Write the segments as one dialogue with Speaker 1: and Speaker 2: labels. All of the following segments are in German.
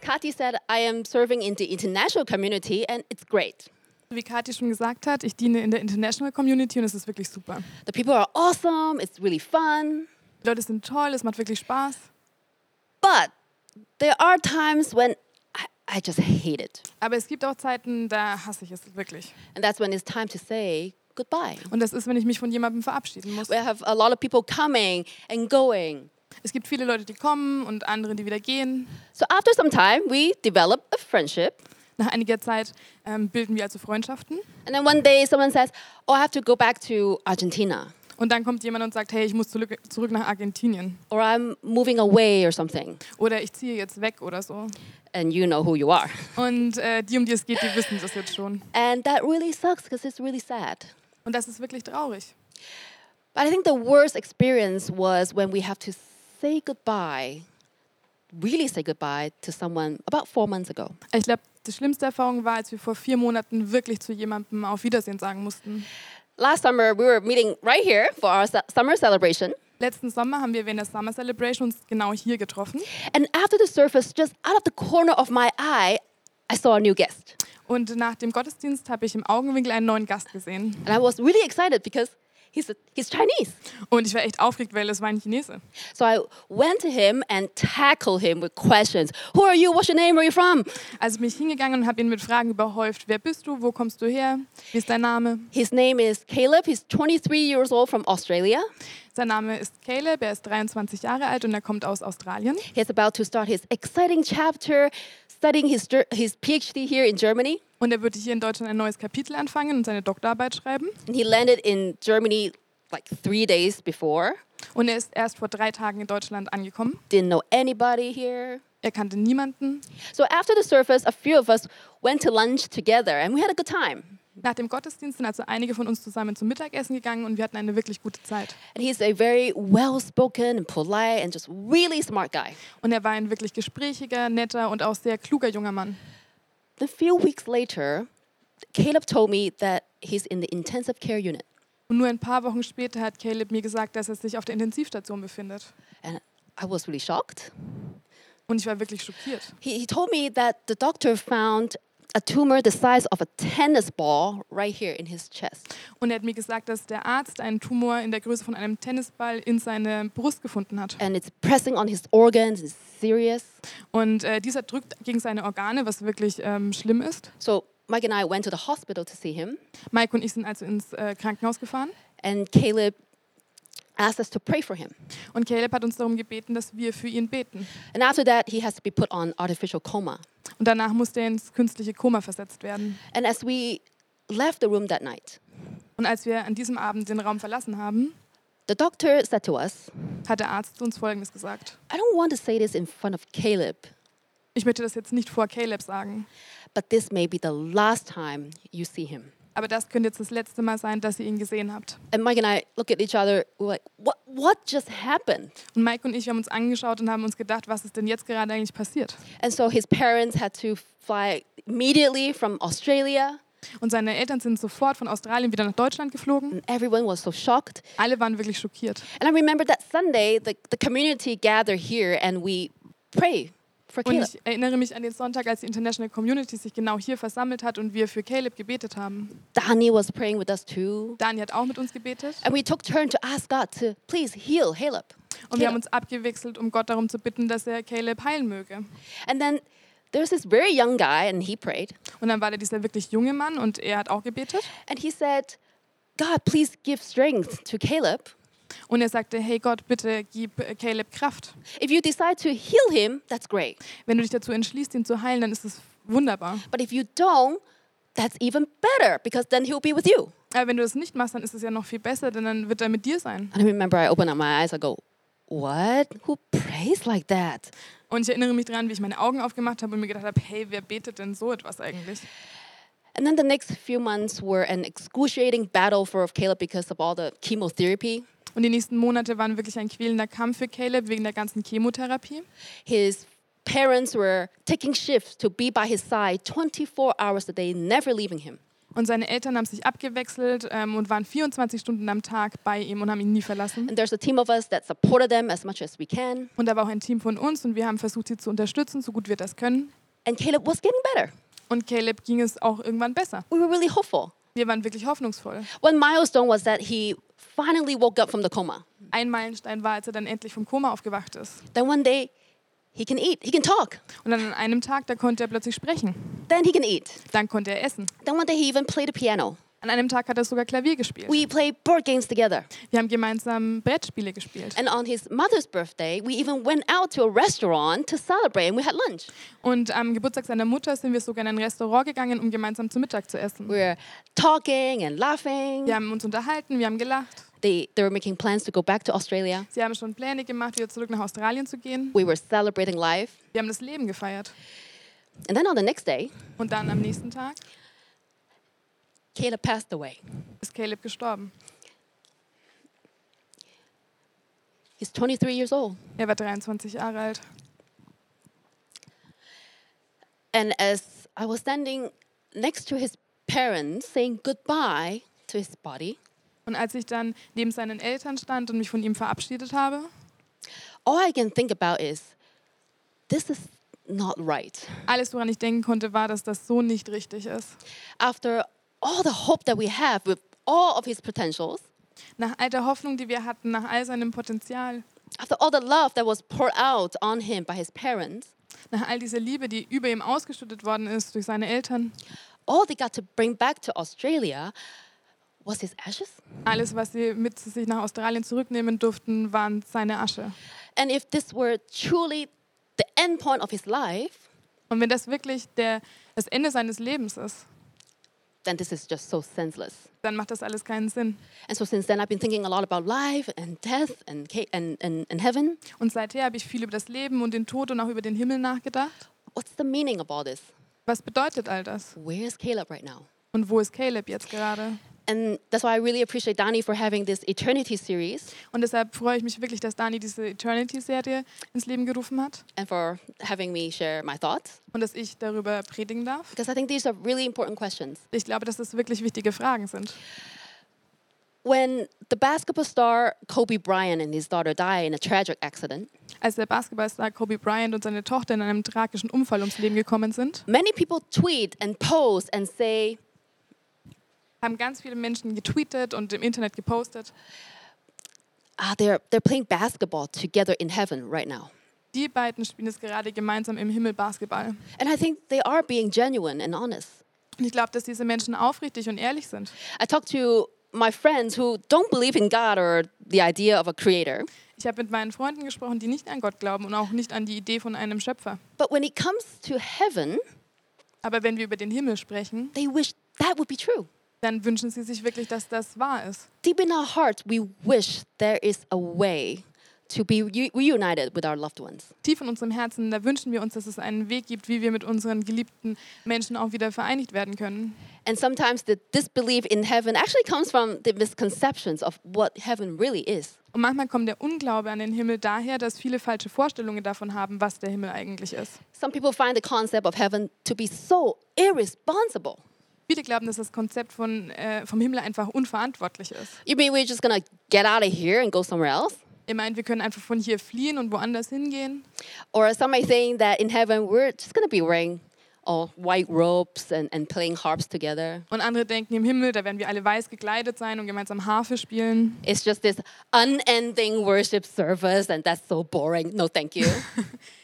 Speaker 1: Kati said, I am serving in the international community and it's great.
Speaker 2: Wie Kathi schon gesagt hat, ich diene in der International Community und es ist wirklich super.
Speaker 1: The people are awesome, it's really fun.
Speaker 2: Die Leute sind toll, es macht wirklich Spaß.
Speaker 1: But there are times when I, I just hate it.
Speaker 2: Aber es gibt auch Zeiten, da hasse ich es wirklich.
Speaker 1: And that's when it's time to say goodbye.
Speaker 2: Und das ist, wenn ich mich von jemandem verabschieden muss.
Speaker 1: We have a lot of people coming and going.
Speaker 2: Es gibt viele Leute, die kommen und andere, die wieder gehen.
Speaker 1: So after some time, we develop a friendship.
Speaker 2: Nach einiger Zeit ähm, bilden wir also Freundschaften.
Speaker 1: And then one day someone says, Oh, I have to go back to Argentina
Speaker 2: Und dann kommt jemand und sagt, hey, ich muss zurück, zurück nach Argentinien.
Speaker 1: or I'm moving away or something.
Speaker 2: Oder ich ziehe jetzt weg oder so.
Speaker 1: And you know who you are.
Speaker 2: Und äh, die, um die es geht, die wissen das jetzt schon.
Speaker 1: And that really sucks because it's really sad.
Speaker 2: Und das ist wirklich traurig.
Speaker 1: But I think the worst experience was when we have to say goodbye, really say goodbye to someone about four months ago.
Speaker 2: Ich glaube, die schlimmste Erfahrung war, als wir vor vier Monaten wirklich zu jemandem auf Wiedersehen sagen mussten.
Speaker 1: Last summer, we were meeting right here for our su- summer celebration.
Speaker 2: Letzten Sommer haben wir während der Summer Celebration uns genau hier getroffen.
Speaker 1: And after the service, just out of the corner of my eye, I saw a new guest.
Speaker 2: Und nach dem Gottesdienst habe ich im Augenwinkel einen neuen Gast gesehen.
Speaker 1: And I was really excited because he's, he's Chinese.
Speaker 2: Und ich war echt aufgeregt, weil es war ein Chinese.
Speaker 1: So I went to him and tackled him with questions. Who are you? What's your name? Where are you from?
Speaker 2: Also bin ich hingegangen und habe ihn mit Fragen überhäuft. Wer bist du? Wo kommst du her? Wie ist dein Name?
Speaker 1: His name is Caleb. He's 23 years old from Australia.
Speaker 2: Sein Name ist Caleb, er ist 23 Jahre alt und er kommt aus Australien.
Speaker 1: He's about to start his exciting chapter studying his, ger- his PhD here in Germany.
Speaker 2: Und er würde hier in Deutschland ein neues Kapitel anfangen und seine Doktorarbeit schreiben.
Speaker 1: And he landed in Germany like three days before.
Speaker 2: Und er ist erst vor drei Tagen in Deutschland angekommen.
Speaker 1: Didn't know anybody here.
Speaker 2: Er kannte niemanden.
Speaker 1: So after the service, a few of us went to lunch together and we had a good time.
Speaker 2: Nach dem Gottesdienst sind also einige von uns zusammen zum Mittagessen gegangen und wir hatten eine wirklich gute Zeit.
Speaker 1: And he's a very well spoken and polite and just really smart guy.
Speaker 2: Und er war ein wirklich gesprächiger, netter und auch sehr kluger junger Mann.
Speaker 1: A few weeks later, Caleb told me that he's in the intensive care unit.
Speaker 2: Und nur ein paar Wochen später hat Caleb mir gesagt, dass er sich auf der Intensivstation befindet.
Speaker 1: And I was really shocked.
Speaker 2: Und ich war wirklich schockiert.
Speaker 1: He, he told me that the doctor found a tumor the size of a tennis ball right here in his chest.
Speaker 2: Und er hat mir gesagt, dass der Arzt einen Tumor in der Größe von einem Tennisball in seine Brust gefunden hat.
Speaker 1: And it's pressing on his organs, it's serious.
Speaker 2: Und äh, dieser drückt gegen seine Organe, was wirklich ähm, schlimm ist.
Speaker 1: So Mike and I went to the hospital to see him.
Speaker 2: Mike und ich sind also ins äh, Krankenhaus gefahren
Speaker 1: And Caleb asked us to pray for him.
Speaker 2: und Caleb hat uns darum gebeten, dass wir für ihn beten.
Speaker 1: And after that, he has to be put on artificial coma.
Speaker 2: Und danach musste er ins künstliche Koma versetzt werden.
Speaker 1: And as we left the room that night,
Speaker 2: Und als wir an diesem Abend den Raum verlassen haben,
Speaker 1: the doctor said to us,
Speaker 2: hat der Arzt zu uns Folgendes gesagt.
Speaker 1: I don't want to say this in front of Caleb,
Speaker 2: Ich möchte das jetzt nicht vor Caleb sagen,
Speaker 1: but this may be the last time you see him.
Speaker 2: aber das könnte jetzt das letzte Mal sein, dass ihr ihn gesehen habt.
Speaker 1: And Mike and I look at each other, we're like, what, what just happened?
Speaker 2: Und Mike und ich haben uns angeschaut und haben uns gedacht, was ist denn jetzt gerade eigentlich passiert?
Speaker 1: And so his parents had to fly immediately from Australia.
Speaker 2: Und seine Eltern sind sofort von Australien wieder nach Deutschland geflogen.
Speaker 1: And everyone was so shocked.
Speaker 2: Alle waren wirklich schockiert.
Speaker 1: And I remember that Sunday, the, the community gathered here and we pray for
Speaker 2: Und
Speaker 1: Caleb.
Speaker 2: ich erinnere mich an den Sonntag, als die International Community sich genau hier versammelt hat und wir für Caleb gebetet haben.
Speaker 1: Danny was praying with us too.
Speaker 2: Dani hat auch mit uns gebetet.
Speaker 1: And we took turn to ask God to please heal Caleb.
Speaker 2: Und wir haben uns abgewechselt, um Gott darum zu bitten, dass er Caleb heilen möge.
Speaker 1: And then there's this very young guy and he prayed.
Speaker 2: Und dann war da dieser wirklich junge Mann und er hat auch gebetet.
Speaker 1: And he said, God, please give strength to Caleb.
Speaker 2: Und er sagte, hey Gott, bitte gib äh, Caleb Kraft.
Speaker 1: If you decide to heal him, that's great.
Speaker 2: Wenn du dich dazu entschließt, ihn zu heilen, dann ist es wunderbar.
Speaker 1: But if you don't, that's even better because then he'll be with you.
Speaker 2: Aber wenn du das nicht machst, dann ist es ja noch viel besser, denn dann wird er mit dir sein.
Speaker 1: And I remember I opened up my eyes, I go, What? Who prays like that?
Speaker 2: Und ich erinnere mich daran, wie ich meine Augen aufgemacht habe und mir gedacht habe, hey, wer betet denn so etwas eigentlich?
Speaker 1: And then the next few months were an excruciating battle for Caleb because of all the chemotherapy.
Speaker 2: Und die nächsten Monate waren wirklich ein quälender Kampf für Caleb wegen der ganzen Chemotherapie.
Speaker 1: His parents were taking shifts to be by his side 24 hours a day, never leaving him.
Speaker 2: Und seine Eltern haben sich abgewechselt ähm, und waren 24 Stunden am Tag bei ihm und haben ihn nie verlassen.
Speaker 1: And there's a team of us that supported them as much as we can.
Speaker 2: Und da war auch ein Team von uns und wir haben versucht, sie zu unterstützen, so gut wir das können.
Speaker 1: And Caleb was getting better.
Speaker 2: Und Caleb ging es auch irgendwann besser.
Speaker 1: We were really hopeful.
Speaker 2: Wir waren wirklich hoffnungsvoll.
Speaker 1: One milestone was that he finally woke up from the coma.
Speaker 2: Ein Meilenstein war, als er dann endlich vom Koma aufgewacht ist.
Speaker 1: Then one day, he can eat, he can talk.
Speaker 2: Und dann an einem Tag, da konnte er plötzlich sprechen.
Speaker 1: Then he can eat.
Speaker 2: Dann konnte er essen.
Speaker 1: Then one day, he even played the piano.
Speaker 2: An einem Tag hat er sogar Klavier gespielt.
Speaker 1: We played board games together.
Speaker 2: Wir haben gemeinsam Brettspiele gespielt.
Speaker 1: And on his mother's birthday, we even went out to a restaurant to celebrate and we had lunch.
Speaker 2: Und am Geburtstag seiner Mutter sind wir sogar in ein Restaurant gegangen, um gemeinsam zu Mittag zu essen.
Speaker 1: We were talking and laughing.
Speaker 2: Wir haben uns unterhalten, wir haben gelacht.
Speaker 1: They, they were making plans to go back to Australia.
Speaker 2: Sie haben schon Pläne gemacht, wieder zurück nach Australien zu gehen.
Speaker 1: We were celebrating life.
Speaker 2: Wir haben das Leben gefeiert.
Speaker 1: And then on the next day,
Speaker 2: Und dann am nächsten Tag
Speaker 1: Caleb passed away.
Speaker 2: ist Caleb gestorben.
Speaker 1: He's 23 years old.
Speaker 2: Er war 23 Jahre alt.
Speaker 1: And as I was standing next to his parents saying goodbye to his body,
Speaker 2: Und als ich dann neben seinen Eltern stand und mich von ihm verabschiedet habe,
Speaker 1: all I can think about is this is not right.
Speaker 2: alles, woran ich denken konnte, war, dass das so nicht richtig ist.
Speaker 1: After all the hope that we have with all of his potentials,
Speaker 2: Nach all der Hoffnung, die wir hatten, nach all seinem Potenzial,
Speaker 1: after all the love that was poured out on him by his parents,
Speaker 2: nach all dieser Liebe, die über ihm ausgeschüttet worden ist durch seine Eltern,
Speaker 1: all they got to bring back to Australia was his ashes.
Speaker 2: alles, was sie mit sich nach Australien zurücknehmen durften, waren seine Asche.
Speaker 1: And if this were truly the end point of his life,
Speaker 2: Und wenn das wirklich der, das Ende seines Lebens ist,
Speaker 1: then this is just so senseless.
Speaker 2: dann macht das alles keinen Sinn.
Speaker 1: And so since then, I've been thinking a lot about life and death and ca- and, and, and heaven.
Speaker 2: Und seither habe ich viel über das Leben und den Tod und auch über den Himmel nachgedacht.
Speaker 1: What's the meaning of all this?
Speaker 2: Was bedeutet all das?
Speaker 1: Where is Caleb right now?
Speaker 2: Und wo ist Caleb jetzt gerade?
Speaker 1: And that's why I really appreciate Danny for having this eternity series
Speaker 2: Und deshalb freue ich mich wirklich, dass Dani diese Eternity-Serie ins Leben gerufen hat
Speaker 1: and for having me share my thoughts
Speaker 2: und dass ich darüber predigen darf.
Speaker 1: because I think these are really important questions.
Speaker 2: Ich glaube, dass das wirklich wichtige Fragen sind.
Speaker 1: When the basketball star Kobe Bryant and his daughter die in a tragic accident,
Speaker 2: Als der Basketballstar Kobe Bryant und seine Tochter in einem tragischen Unfall ums Leben gekommen sind,
Speaker 1: many people tweet and post and say,
Speaker 2: haben ganz viele Menschen getweetet und im Internet gepostet,
Speaker 1: ah, they're, they're playing basketball together in heaven right now.
Speaker 2: die beiden spielen jetzt gerade gemeinsam im Himmel Basketball.
Speaker 1: And I think they are being genuine and honest.
Speaker 2: Und ich glaube, dass diese Menschen aufrichtig und ehrlich sind.
Speaker 1: I talk to my friends who don't believe in God or the idea of a creator.
Speaker 2: Ich habe mit meinen Freunden gesprochen, die nicht an Gott glauben und auch nicht an die Idee von einem Schöpfer.
Speaker 1: But when it comes to heaven,
Speaker 2: Aber wenn wir über den Himmel sprechen,
Speaker 1: they wish that would be true.
Speaker 2: dann wünschen sie sich wirklich, dass das wahr ist.
Speaker 1: Deep in our hearts, we wish there is a way to be re- reunited with our loved ones.
Speaker 2: tief in unserem Herzen, da wünschen wir uns, dass es einen Weg gibt, wie wir mit unseren geliebten Menschen auch wieder vereinigt werden können.
Speaker 1: And sometimes the disbelief in heaven actually comes from the misconceptions of what heaven really is.
Speaker 2: Und manchmal kommt der Unglaube an den Himmel daher, dass viele falsche Vorstellungen davon haben, was der Himmel eigentlich ist.
Speaker 1: Some people find the concept of heaven to be so irresponsible.
Speaker 2: Viele glauben, dass das Konzept von, äh, vom Himmel einfach unverantwortlich ist.
Speaker 1: You mean we're just gonna get out of here and go somewhere else?
Speaker 2: Ihr meint, wir können einfach von hier fliehen und woanders hingehen?
Speaker 1: Or some may think that in heaven we're just gonna be wearing all white robes and, and playing harps together.
Speaker 2: Und andere denken, im Himmel, da werden wir alle weiß gekleidet sein und gemeinsam Harfe spielen.
Speaker 1: It's just this unending worship service, and that's so boring. No, thank you.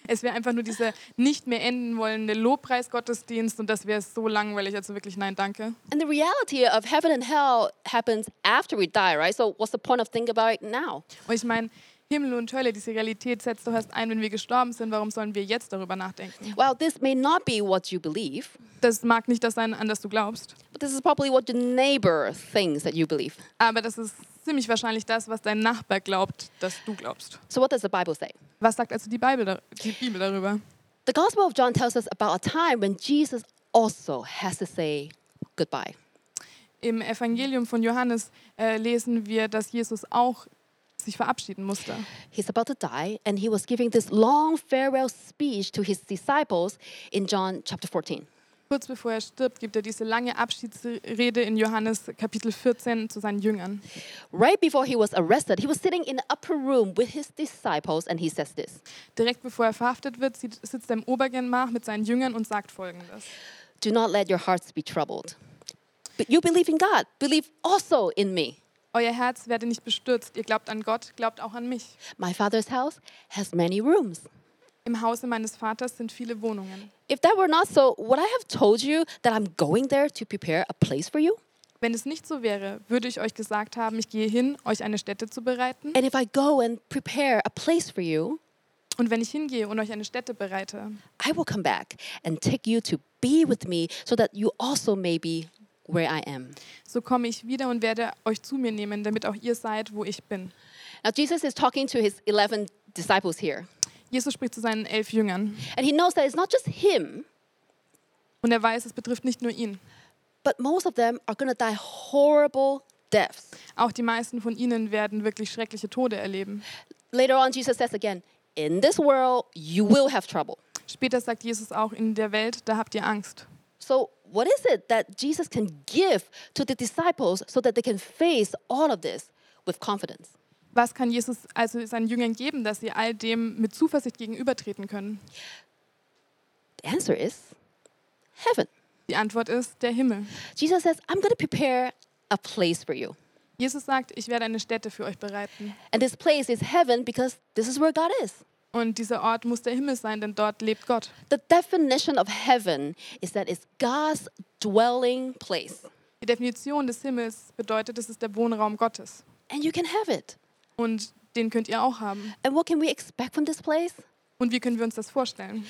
Speaker 2: Es wäre einfach nur dieser nicht mehr enden wollende Lobpreis-Gottesdienst und das wäre so langweilig, also wirklich nein, danke.
Speaker 1: and the reality of heaven and hell happens after we die, right? So what's the point of thinking about it now?
Speaker 2: Und ich meine, Himmel und Hölle, diese Realität setzt doch erst ein, wenn wir gestorben sind. Warum sollen wir jetzt darüber nachdenken?
Speaker 1: Well, this may not be what you believe,
Speaker 2: Das mag nicht das sein, an das du glaubst,
Speaker 1: but this is probably what your neighbor thinks that you believe.
Speaker 2: aber das ist ziemlich wahrscheinlich das, was dein Nachbar glaubt, dass du glaubst.
Speaker 1: So what does the Bible say?
Speaker 2: Was sagt also die Bibel, dar- die Bibel darüber?
Speaker 1: The Gospel of John tells us about a time when Jesus also has to say goodbye.
Speaker 2: Im Evangelium von Johannes äh, lesen wir, dass Jesus auch sich verabschieden musste.
Speaker 1: He's about to die, and he was giving this long farewell speech to his disciples in John chapter 14.
Speaker 2: Kurz bevor er stirbt, gibt er diese lange Abschiedsrede in Johannes Kapitel 14 zu seinen Jüngern.
Speaker 1: Right before he was arrested, he was sitting in the upper room with his disciples and he says this
Speaker 2: Direkt bevor er verhaftet wird, sieht- sitzt er im Obergemach mit seinen Jüngern und sagt folgendes.
Speaker 1: Do not let your hearts be troubled. But you believe in God, believe also in me.
Speaker 2: Euer Herz werde nicht bestürzt. Ihr glaubt an Gott, glaubt auch an mich.
Speaker 1: My father's house has many rooms.
Speaker 2: Im Hause meines Vaters sind viele Wohnungen.
Speaker 1: If that were not so, would I have told you that I'm going there to prepare a place for you?
Speaker 2: Wenn es nicht so wäre, würde ich euch gesagt haben, ich gehe hin, euch eine Stätte zu bereiten.
Speaker 1: And if I go and prepare a place for you,
Speaker 2: Und wenn ich hingehe und euch eine Stätte bereite,
Speaker 1: I will come back and take you to be with me so that you also may be where I am.
Speaker 2: so komme ich wieder und werde euch zu mir nehmen, damit auch ihr seid, wo ich bin.
Speaker 1: Now, Jesus is talking to his 11 disciples here,
Speaker 2: Jesus spricht zu seinen elf Jüngern.
Speaker 1: and he knows that it's not just him,
Speaker 2: Und er weiß, es betrifft nicht nur ihn.
Speaker 1: but most of them are going to die horrible deaths.
Speaker 2: Auch die meisten von ihnen werden wirklich schreckliche Tode erleben.
Speaker 1: Later on, Jesus says again, In this world, you will have trouble.
Speaker 2: Später sagt Jesus auch, in der Welt, da habt ihr Angst.
Speaker 1: So, what is it that Jesus can give to the disciples so that they can face all of this with confidence?
Speaker 2: Was kann Jesus also seinen Jüngern geben, dass sie all dem mit Zuversicht gegenübertreten können?
Speaker 1: The answer is heaven.
Speaker 2: Die Antwort ist der Himmel.
Speaker 1: Jesus says, I'm going to prepare a place for you.
Speaker 2: Jesus sagt, ich werde eine Stätte für euch bereiten.
Speaker 1: And this place is heaven because this is where God is.
Speaker 2: Und dieser Ort muss der Himmel sein, denn dort lebt Gott.
Speaker 1: The definition of heaven is that it's God's dwelling place,
Speaker 2: Die Definition des Himmels bedeutet, es ist der Wohnraum Gottes.
Speaker 1: and you can have it.
Speaker 2: Und den könnt ihr auch haben.
Speaker 1: And what can we expect from this place?
Speaker 2: Und wie können wir uns das vorstellen?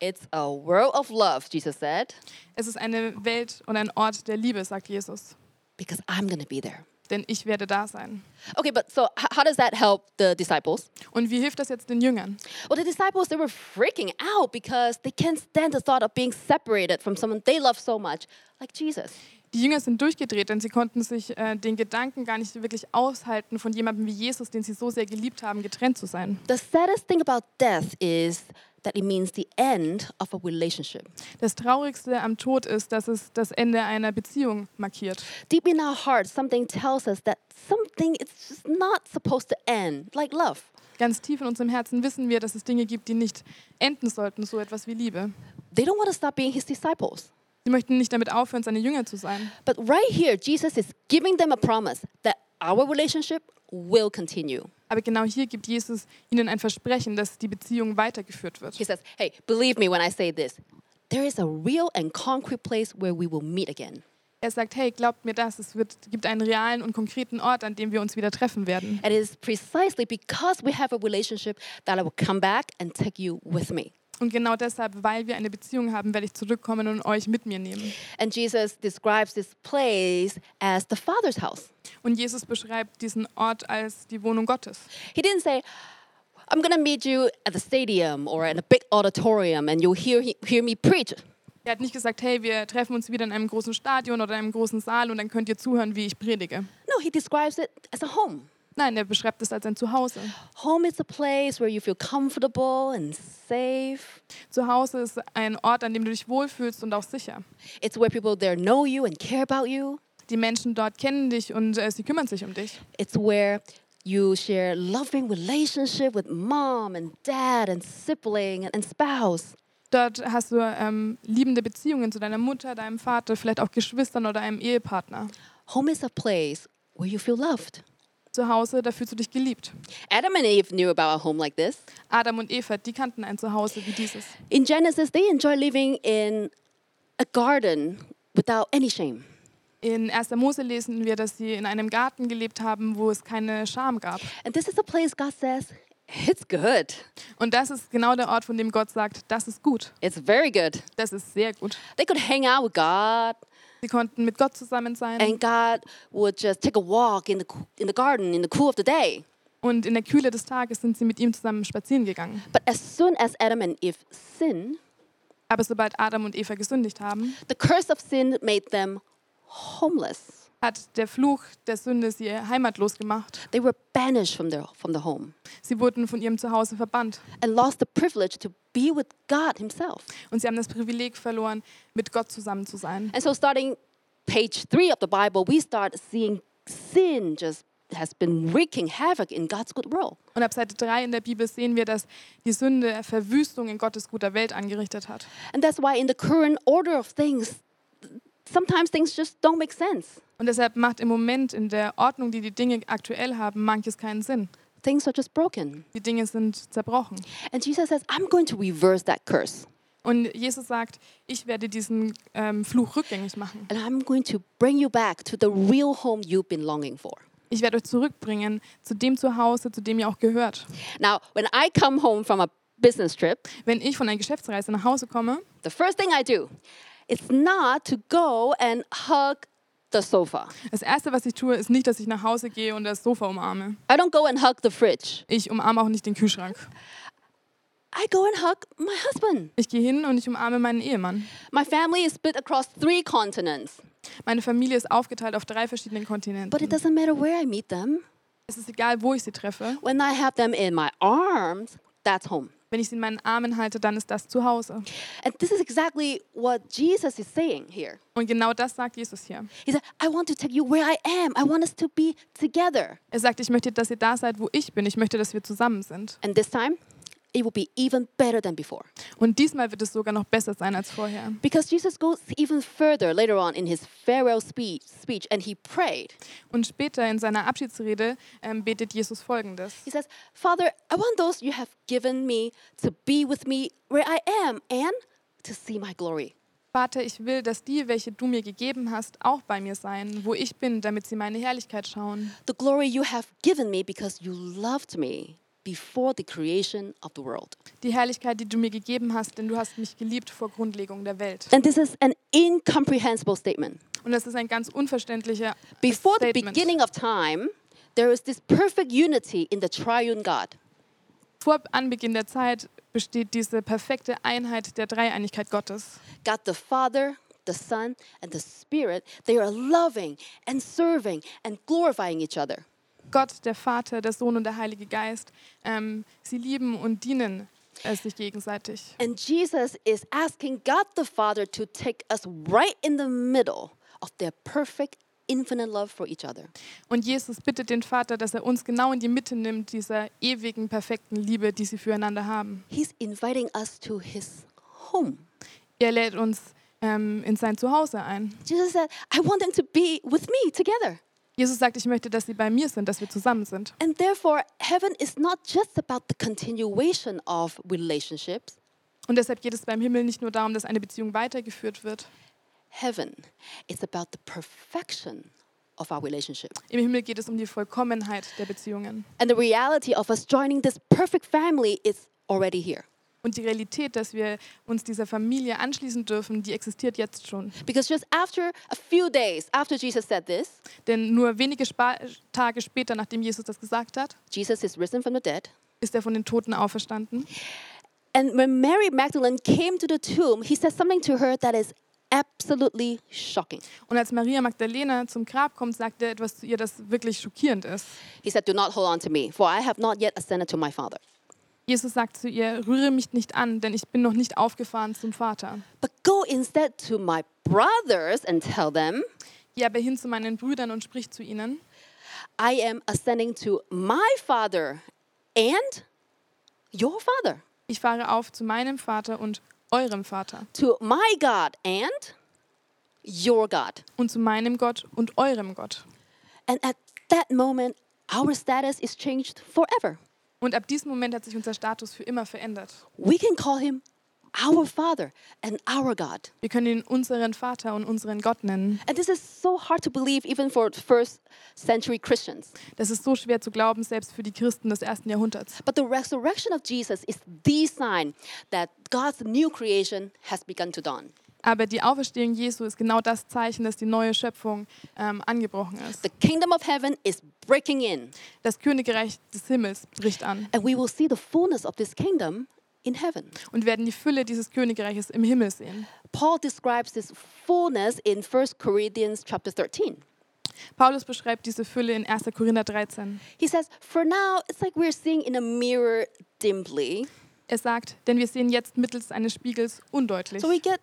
Speaker 1: It's a world of love, Jesus said,
Speaker 2: Es ist eine Welt und ein Ort der Liebe, sagt Jesus.
Speaker 1: because I'm going to be there.
Speaker 2: Denn ich werde da sein.
Speaker 1: Okay, but so h- how does that help the disciples?
Speaker 2: Und wie hilft das jetzt den Jüngern?
Speaker 1: Well, the disciples, they were freaking out because they can't stand the thought of being separated from someone they love so much, like Jesus.
Speaker 2: Die Jünger sind durchgedreht, denn sie konnten sich äh, den Gedanken gar nicht wirklich aushalten, von jemandem wie Jesus, den sie so sehr geliebt haben, getrennt zu sein.
Speaker 1: The saddest thing about death is that it means the end of a relationship.
Speaker 2: Das Traurigste am Tod ist, dass es das Ende einer Beziehung markiert.
Speaker 1: Deep in our hearts, something tells us that something is just not supposed to end, like love.
Speaker 2: Ganz tief in unserem Herzen wissen wir, dass es Dinge gibt, die nicht enden sollten, so etwas wie Liebe.
Speaker 1: They don't want to stop being his disciples.
Speaker 2: Sie möchten nicht damit aufhören, seine Jünger zu sein.
Speaker 1: But right here, Jesus is giving them a promise that our relationship will continue.
Speaker 2: Aber genau hier gibt Jesus ihnen ein Versprechen, dass die Beziehung weitergeführt wird.
Speaker 1: He says, Hey, believe me when I say this. There is a real and concrete place where we will meet again.
Speaker 2: Er sagt, hey, glaubt mir das, es wird, gibt einen realen und konkreten Ort, an dem wir uns wieder treffen werden.
Speaker 1: And it is precisely because we have a relationship that I will come back and take you with me.
Speaker 2: Und genau deshalb, weil wir eine Beziehung haben, werde ich zurückkommen und euch mit mir nehmen.
Speaker 1: And Jesus describes this place as the Father's house.
Speaker 2: Und Jesus beschreibt diesen Ort als die Wohnung Gottes.
Speaker 1: He didn't say, I'm going to meet you at the stadium or in a big auditorium and you'll hear, hear me preach.
Speaker 2: Er hat nicht gesagt, hey, wir treffen uns wieder in einem großen Stadion oder einem großen Saal und dann könnt ihr zuhören, wie ich predige.
Speaker 1: No, he describes it as a home.
Speaker 2: Nein, er beschreibt es als ein Zuhause.
Speaker 1: Home is a place where you feel comfortable and safe.
Speaker 2: Zuhause ist ein Ort, an dem du dich wohlfühlst und auch sicher.
Speaker 1: It's where people there know you and care about you.
Speaker 2: Die Menschen dort kennen dich und äh, sie kümmern sich um dich.
Speaker 1: It's where you share loving relationship with mom and dad and sibling and, and spouse.
Speaker 2: Dort hast du ähm, liebende Beziehungen zu deiner Mutter, deinem Vater, vielleicht auch Geschwistern oder einem Ehepartner.
Speaker 1: Home is a place where you feel loved.
Speaker 2: Zu Hause, da fühlst du dich geliebt.
Speaker 1: Adam and Eve knew about a home like this.
Speaker 2: Adam und Eva, die kannten ein Zuhause wie dieses.
Speaker 1: In Genesis, they enjoy living in a garden without any shame.
Speaker 2: In 1. Mose lesen wir, dass sie in einem Garten gelebt haben, wo es keine Scham gab.
Speaker 1: And this is a place God says, it's good.
Speaker 2: Und das ist genau der Ort, von dem Gott sagt, das ist gut,
Speaker 1: It's very good.
Speaker 2: das ist sehr gut.
Speaker 1: They could hang out with God,
Speaker 2: Sie konnten mit Gott zusammen sein
Speaker 1: and God would just take a walk in the, coo- in the garden in the cool of the day.
Speaker 2: und in der Kühle des Tages sind sie mit ihm zusammen spazieren gegangen.
Speaker 1: But as soon as Adam and Eve sinned,
Speaker 2: Aber sobald Adam und Eva gesündigt haben,
Speaker 1: the curse of sin made them homeless.
Speaker 2: hat der Fluch der Sünde sie heimatlos gemacht.
Speaker 1: They were banished from their from the home
Speaker 2: Sie wurden von ihrem Zuhause verbannt
Speaker 1: and lost the privilege to be with God Himself.
Speaker 2: und sie haben das Privileg verloren, mit Gott zusammen zu sein.
Speaker 1: And so, starting page three of the Bible, we start seeing sin just has been wreaking havoc in God's good world.
Speaker 2: Und ab Seite 3 in der Bibel sehen wir, dass die Sünde Verwüstung in Gottes guter Welt angerichtet hat.
Speaker 1: And that's why, in the current order of things, sometimes things just don't make sense.
Speaker 2: Und deshalb macht im Moment in der Ordnung, die die Dinge aktuell haben, manches keinen Sinn.
Speaker 1: Things are just broken.
Speaker 2: Die Dinge sind zerbrochen.
Speaker 1: And Jesus says, I'm going to reverse that curse
Speaker 2: Und Jesus sagt, ich werde diesen ähm, Fluch rückgängig machen.
Speaker 1: and I'm going to bring you back to the real home you've been longing for.
Speaker 2: Ich werde euch zurückbringen zu dem Zuhause, zu dem ihr auch gehört.
Speaker 1: Now, when I come home from a business trip,
Speaker 2: Wenn ich von einer Geschäftsreise nach Hause komme,
Speaker 1: the first thing I do is not to go and hug the sofa.
Speaker 2: das Erste, was ich tue, ist nicht, dass ich nach Hause gehe und das Sofa umarme.
Speaker 1: I don't go and hug the fridge.
Speaker 2: Ich umarme auch nicht den Kühlschrank.
Speaker 1: I go and hug my husband.
Speaker 2: Ich gehe hin und ich umarme meinen Ehemann.
Speaker 1: My family is split across three continents,
Speaker 2: Meine Familie ist aufgeteilt auf drei verschiedenen
Speaker 1: but it
Speaker 2: Kontinenten.
Speaker 1: doesn't matter where I meet them.
Speaker 2: Es ist egal, wo ich sie treffe.
Speaker 1: When I have them in my arms, that's home.
Speaker 2: Wenn ich sie in meinen Armen halte, dann ist das zu Hause.
Speaker 1: And this is exactly what Jesus is saying here.
Speaker 2: Und genau das sagt Jesus hier.
Speaker 1: He said, I want to take you where I am. I want us to be together.
Speaker 2: Er sagt, ich möchte, dass ihr da seid, wo ich bin. Ich möchte, dass wir zusammen sind.
Speaker 1: And this time, it will be even better than before.
Speaker 2: Und diesmal wird es sogar noch besser sein als vorher.
Speaker 1: Because Jesus goes even further later on in his farewell speech, speech and he prayed.
Speaker 2: Und später in seiner Abschiedsrede ähm, betet Jesus folgendes.
Speaker 1: He says, Father, I want those you have given me to be with me where I am and to see my glory.
Speaker 2: Vater, ich will, dass die, welche du mir gegeben hast, auch bei mir seien, wo ich bin, damit sie meine Herrlichkeit schauen.
Speaker 1: The glory you have given me because you loved me before the creation of the world.
Speaker 2: Die Herrlichkeit, die du mir gegeben hast, denn du hast mich geliebt vor Grundlegung der Welt.
Speaker 1: And this is an incomprehensible statement.
Speaker 2: Und das ist ein ganz unverständlicher
Speaker 1: Before the
Speaker 2: Statement.
Speaker 1: beginning of time, there is this perfect unity in the triune God.
Speaker 2: Vor Anbeginn der Zeit besteht diese perfekte Einheit der Dreieinigkeit Gottes.
Speaker 1: God the Father, the Son, and the Spirit, they are loving and serving and glorifying each other.
Speaker 2: Gott, der Vater, der Sohn und der Heilige Geist, ähm, sie lieben und dienen äh, sich gegenseitig.
Speaker 1: And Jesus is asking God the Father to take us right in the middle of their perfect, infinite love for each other.
Speaker 2: Und Jesus bittet den Vater, dass er uns genau in die Mitte nimmt dieser ewigen, perfekten Liebe, die sie füreinander haben.
Speaker 1: He's inviting us to his home.
Speaker 2: Er lädt uns ähm, in sein Zuhause ein.
Speaker 1: Jesus said, I want them to be with me together.
Speaker 2: Jesus sagt, ich möchte, dass sie bei mir sind, dass wir zusammen sind.
Speaker 1: And therefore, heaven is not just about the continuation of relationships.
Speaker 2: Und deshalb geht es beim Himmel nicht nur darum, dass eine Beziehung weitergeführt wird.
Speaker 1: Heaven is about the perfection of our relationship.
Speaker 2: Im Himmel geht es um die Vollkommenheit der Beziehungen.
Speaker 1: And the reality of us joining this perfect family is already here.
Speaker 2: Und die Realität, dass wir uns dieser Familie anschließen dürfen, die existiert jetzt schon.
Speaker 1: Because just after a few days after Jesus said this,
Speaker 2: Denn nur wenige Spa Tage später, nachdem Jesus das gesagt hat,
Speaker 1: Jesus is risen from the dead.
Speaker 2: ist er von den Toten auferstanden.
Speaker 1: And when Mary Magdalene came to the tomb, he said something to her that is absolutely shocking.
Speaker 2: Und als Maria Magdalena zum Grab kommt, sagt er etwas zu ihr, das wirklich schockierend ist.
Speaker 1: He said, Do not hold on to me, for I have not yet ascended to my Father.
Speaker 2: Jesus sagt zu ihr, rühre mich nicht an, denn ich bin noch nicht aufgefahren zum Vater.
Speaker 1: But go instead to my brothers and tell them,
Speaker 2: Geh aber hin zu meinen Brüdern und sprich zu ihnen.
Speaker 1: I am ascending to my Father and your Father,
Speaker 2: Ich fahre auf zu meinem Vater und eurem Vater
Speaker 1: to my God and your God.
Speaker 2: und zu meinem Gott und eurem Gott.
Speaker 1: And at that moment, our status is changed forever.
Speaker 2: Und ab diesem Moment hat sich unser Status für immer verändert.
Speaker 1: We can call him our Father and our God.
Speaker 2: Wir können ihn unseren Vater und unseren Gott nennen.
Speaker 1: And this is so hard to believe, even for first century Christians.
Speaker 2: Das ist so schwer zu glauben, selbst für die Christen des ersten Jahrhunderts.
Speaker 1: But the resurrection of Jesus is the sign that God's new creation has begun to dawn.
Speaker 2: Aber die Auferstehung Jesu ist genau das Zeichen, dass die neue Schöpfung ähm, angebrochen ist.
Speaker 1: The kingdom of heaven is breaking in,
Speaker 2: Das Königreich des Himmels bricht an
Speaker 1: and we will see the fullness of this kingdom in heaven.
Speaker 2: und werden die Fülle dieses Königreiches im Himmel sehen.
Speaker 1: Paul describes this fullness in 1 Corinthians chapter 13.
Speaker 2: Paulus beschreibt diese Fülle in 1. Korinther 13.
Speaker 1: He says, For now, it's like we're seeing in a mirror dimly.
Speaker 2: Er sagt, denn wir sehen jetzt mittels eines Spiegels undeutlich.
Speaker 1: So we get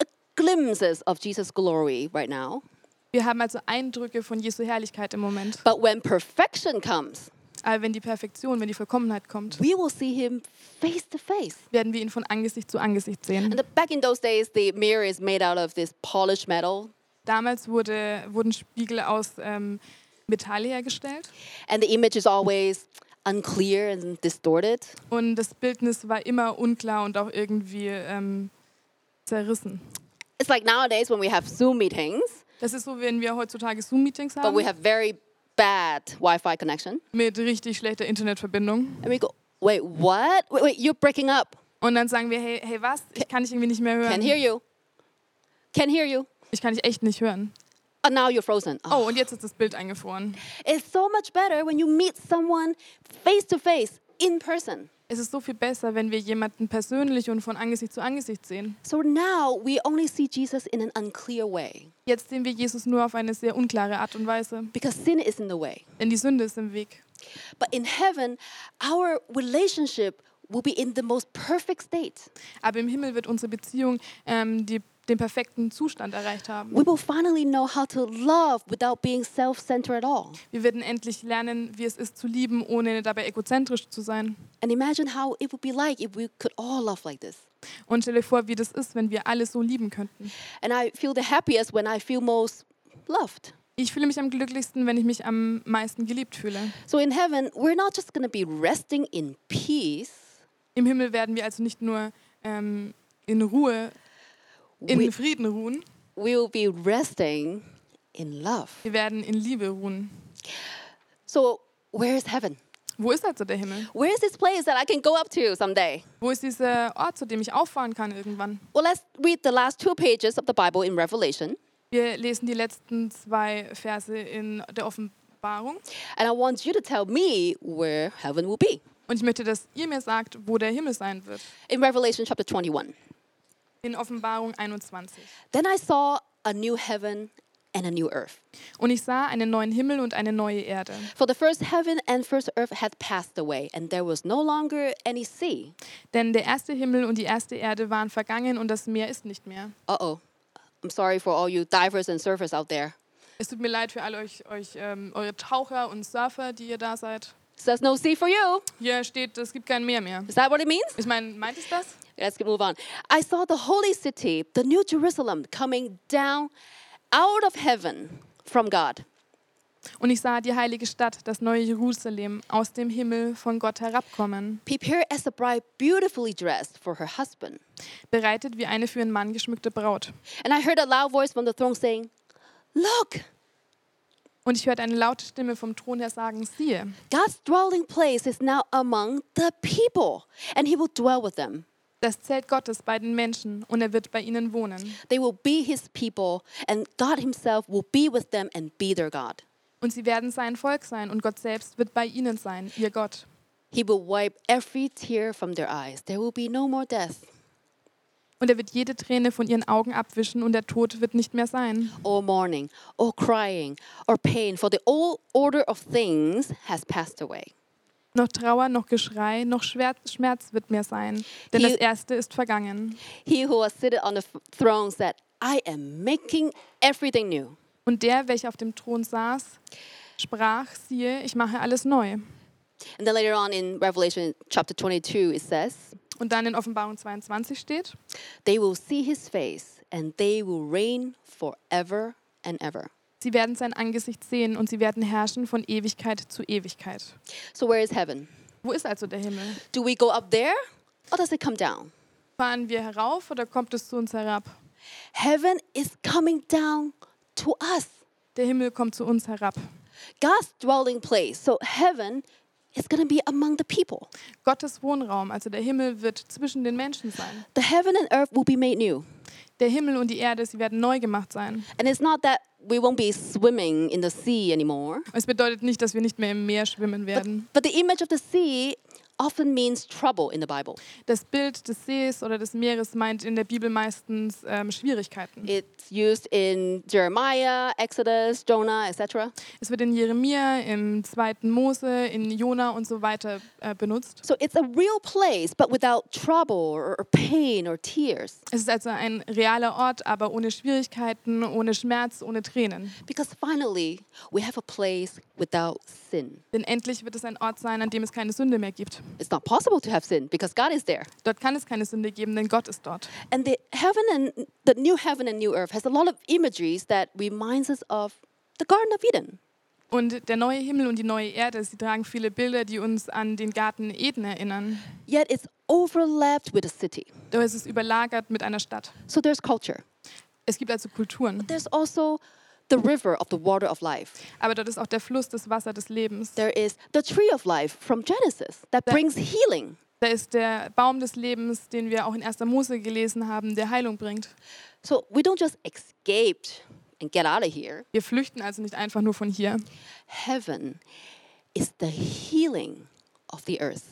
Speaker 1: uh, glimpses of Jesus' glory right now.
Speaker 2: Wir haben also Eindrücke von Jesu Herrlichkeit im Moment.
Speaker 1: But when perfection comes,
Speaker 2: Aber wenn die Perfektion, wenn die Vollkommenheit kommt,
Speaker 1: we will see him face to face.
Speaker 2: werden wir ihn von Angesicht zu Angesicht sehen.
Speaker 1: And the, back in those days, the mirror is made out of this polished metal,
Speaker 2: Damals wurde, wurden Spiegel aus ähm, Metall hergestellt
Speaker 1: and the image is always unclear and distorted.
Speaker 2: und das Bildnis war immer unklar und auch irgendwie ähm, zerrissen.
Speaker 1: It's like nowadays when we have Zoom meetings,
Speaker 2: Das ist so, wenn wir heutzutage Zoom-Meetings
Speaker 1: but we
Speaker 2: haben
Speaker 1: have very bad Wi Fi connection.
Speaker 2: mit richtig schlechter Internetverbindung
Speaker 1: And we go, wait, what? Wait, wait, you're breaking up.
Speaker 2: und dann sagen wir, hey, hey, was? Ich kann dich irgendwie nicht mehr
Speaker 1: Can hear
Speaker 2: hören.
Speaker 1: you. Can hear you.
Speaker 2: Ich kann dich echt nicht hören.
Speaker 1: And now you're frozen. Oh,
Speaker 2: Oh, und jetzt ist das Bild eingefroren.
Speaker 1: It's so much better when you meet someone face to face in person.
Speaker 2: Es ist so viel besser, wenn wir jemanden persönlich und von Angesicht zu Angesicht sehen.
Speaker 1: So now we only see Jesus in an unclear way
Speaker 2: Jetzt sehen wir Jesus nur auf eine sehr unklare Art und Weise,
Speaker 1: because sin is in the way.
Speaker 2: denn die Sünde ist im Weg.
Speaker 1: But in heaven, our relationship will be in the most perfect state.
Speaker 2: Aber im Himmel wird unsere Beziehung ähm, die, den perfekten Zustand erreicht haben.
Speaker 1: We will finally know how to love without being self centered at all.
Speaker 2: Wir werden endlich lernen, wie es ist zu lieben, ohne dabei egozentrisch zu sein.
Speaker 1: And imagine how it would be like if we could all love like this.
Speaker 2: Und stell dir vor, wie das ist, wenn wir alle so lieben könnten.
Speaker 1: And I feel the happiest when I feel most loved.
Speaker 2: Ich fühle mich am glücklichsten, wenn ich mich am meisten geliebt fühle.
Speaker 1: So in heaven, we're not just going to be resting in peace,
Speaker 2: Im Himmel werden wir also nicht nur ähm, in Ruhe, in
Speaker 1: we,
Speaker 2: Frieden ruhen,
Speaker 1: we will be resting in love.
Speaker 2: wir werden in Liebe ruhen.
Speaker 1: So, where is heaven?
Speaker 2: Wo ist also der Himmel?
Speaker 1: Where is this place that I can go up to someday?
Speaker 2: Wo ist dieser Ort, zu dem ich auffahren kann irgendwann?
Speaker 1: Well, let's read the last two pages of the Bible in Revelation.
Speaker 2: Wir lesen die letzten zwei Verse in der Offenbarung.
Speaker 1: And I want you to tell me where heaven will be.
Speaker 2: Und ich möchte, dass ihr mir sagt, wo der Himmel sein wird.
Speaker 1: In Revelation chapter 21.
Speaker 2: In Offenbarung 21.
Speaker 1: Then I saw a new heaven and a new earth.
Speaker 2: Und ich sah einen neuen Himmel und eine neue Erde.
Speaker 1: For the first heaven and first earth had passed away, and there was no longer any sea.
Speaker 2: Denn der erste Himmel und die erste Erde waren vergangen und das Meer ist nicht mehr.
Speaker 1: Uh oh. I'm sorry for all you divers and surfers out there.
Speaker 2: Es tut mir leid für alle euch, euch ähm, eure Taucher und Surfer, die ihr da seid.
Speaker 1: Says no sea for you.
Speaker 2: Hier steht, es gibt kein Meer mehr.
Speaker 1: Is that what it means?
Speaker 2: Ich meine, meint es das?
Speaker 1: Let's move on. I saw the holy city, the new Jerusalem, coming down out of heaven from God.
Speaker 2: Und ich sah die heilige Stadt, das neue Jerusalem, aus dem Himmel von Gott herabkommen,
Speaker 1: Prepared as a bride beautifully dressed for her husband.
Speaker 2: bereitet wie eine für einen Mann geschmückte Braut.
Speaker 1: And I heard a loud voice from the throne saying, Look,
Speaker 2: Und ich hörte eine laute Stimme vom Thron her sagen, siehe,
Speaker 1: God's dwelling place is now among the people, and he will dwell with them.
Speaker 2: das Zelt Gottes bei den Menschen und er wird bei ihnen wohnen.
Speaker 1: They will be his people, and God himself will be with them and be their God.
Speaker 2: Und sie werden sein Volk sein und Gott selbst wird bei ihnen sein, ihr Gott.
Speaker 1: He will wipe every tear from their eyes. There will be no more death,
Speaker 2: Und er wird jede Träne von ihren Augen abwischen und der Tod wird nicht mehr sein.
Speaker 1: or mourning, or crying, or pain, for the old order of things has passed away.
Speaker 2: Noch Trauer, noch Geschrei, noch Schwer- Schmerz wird mehr sein, denn
Speaker 1: Hier-
Speaker 2: das Erste ist vergangen.
Speaker 1: He who was seated on the f- throne said, I am making everything new.
Speaker 2: Und der, welcher auf dem Thron saß, sprach, siehe, ich mache alles neu.
Speaker 1: And then later on in Revelation chapter 22, it says,
Speaker 2: Und dann in Offenbarung 22 steht,
Speaker 1: They will see his face, and they will reign forever and ever.
Speaker 2: sie werden sein Angesicht sehen und sie werden herrschen von Ewigkeit zu Ewigkeit.
Speaker 1: So, where is heaven?
Speaker 2: Wo ist also der Himmel?
Speaker 1: Do we go up there, or does it come down?
Speaker 2: Fahren wir herauf oder kommt es zu uns herab?
Speaker 1: Heaven is coming down to us,
Speaker 2: Der Himmel kommt zu uns herab.
Speaker 1: God's dwelling place. So, heaven is going to be among the people.
Speaker 2: Gottes Wohnraum, also der Himmel, wird zwischen den Menschen sein.
Speaker 1: The heaven and earth will be made new.
Speaker 2: Der Himmel und die Erde, sie werden neu gemacht sein.
Speaker 1: And it's not that we won't be swimming in the sea anymore,
Speaker 2: Um, Es bedeutet nicht, dass wir nicht mehr im Meer schwimmen werden.
Speaker 1: but the image of the sea often means trouble in the Bible.
Speaker 2: Das Bild des Sees oder des Meeres meint in der Bibel meistens ähm, Schwierigkeiten.
Speaker 1: It's used in Jeremiah, Exodus, Jonah, etc.
Speaker 2: Es wird in Jeremia, im zweiten Mose, in Jona und so weiter äh, benutzt.
Speaker 1: So it's a real place, but without trouble or, or pain or tears.
Speaker 2: Es ist also ein realer Ort, aber ohne Schwierigkeiten, ohne Schmerz, ohne Tränen.
Speaker 1: Because finally, we have a place without sin.
Speaker 2: Denn endlich wird es ein Ort sein, an dem es keine Sünde mehr gibt.
Speaker 1: It's not possible to have sin because God is there.
Speaker 2: Dort kann es keine Sünde geben, denn Gott ist dort.
Speaker 1: And the heaven and the new heaven and new earth has a lot of imageries that reminds us of the Garden of Eden.
Speaker 2: Und der neue Himmel und die neue Erde, sie tragen viele Bilder, die uns an den Garten Eden erinnern.
Speaker 1: Yet it's overlapped with a city.
Speaker 2: Doch es ist überlagert mit einer Stadt.
Speaker 1: So there's culture.
Speaker 2: Es gibt also Kulturen,
Speaker 1: There's also the river of the water of life.
Speaker 2: aber dort ist auch der Fluss, das Wasser des Lebens.
Speaker 1: There is the tree of life from Genesis that
Speaker 2: That-
Speaker 1: brings healing.
Speaker 2: Da ist der Baum des Lebens, den wir auch in 1. Mose gelesen haben, der Heilung bringt.
Speaker 1: So we don't just escape and get out of here.
Speaker 2: Wir flüchten also nicht einfach nur von hier.
Speaker 1: Heaven is the healing of the earth.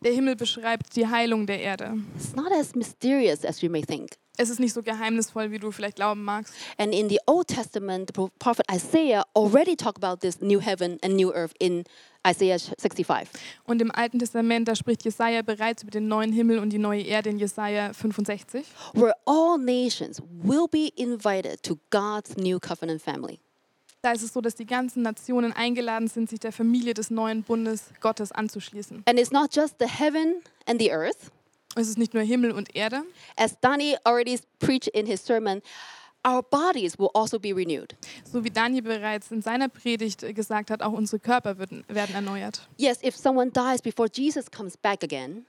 Speaker 2: Der Himmel beschreibt die Heilung der Erde.
Speaker 1: It's not as mysterious as you may think.
Speaker 2: Es ist nicht so geheimnisvoll, wie du vielleicht glauben magst.
Speaker 1: And in the Old Testament, the pro- prophet Isaiah already talked about this new heaven and new earth in Isaiah 65.
Speaker 2: Und im Alten Testament, da spricht Jesaja bereits über den neuen Himmel und die neue Erde in Jesaja 65.
Speaker 1: where all nations will be invited to God's new covenant family.
Speaker 2: Da ist es so, dass die ganzen Nationen eingeladen sind, sich der Familie des neuen Bundes Gottes anzuschließen.
Speaker 1: And it's not just the heaven and the earth.
Speaker 2: Es ist nicht nur Himmel und Erde.
Speaker 1: As Danny already preached in his sermon, our bodies will also be renewed.
Speaker 2: So wie Daniel bereits in seiner Predigt gesagt hat, auch unsere Körper würden, werden erneuert.
Speaker 1: Yes, if someone dies before Jesus comes back again,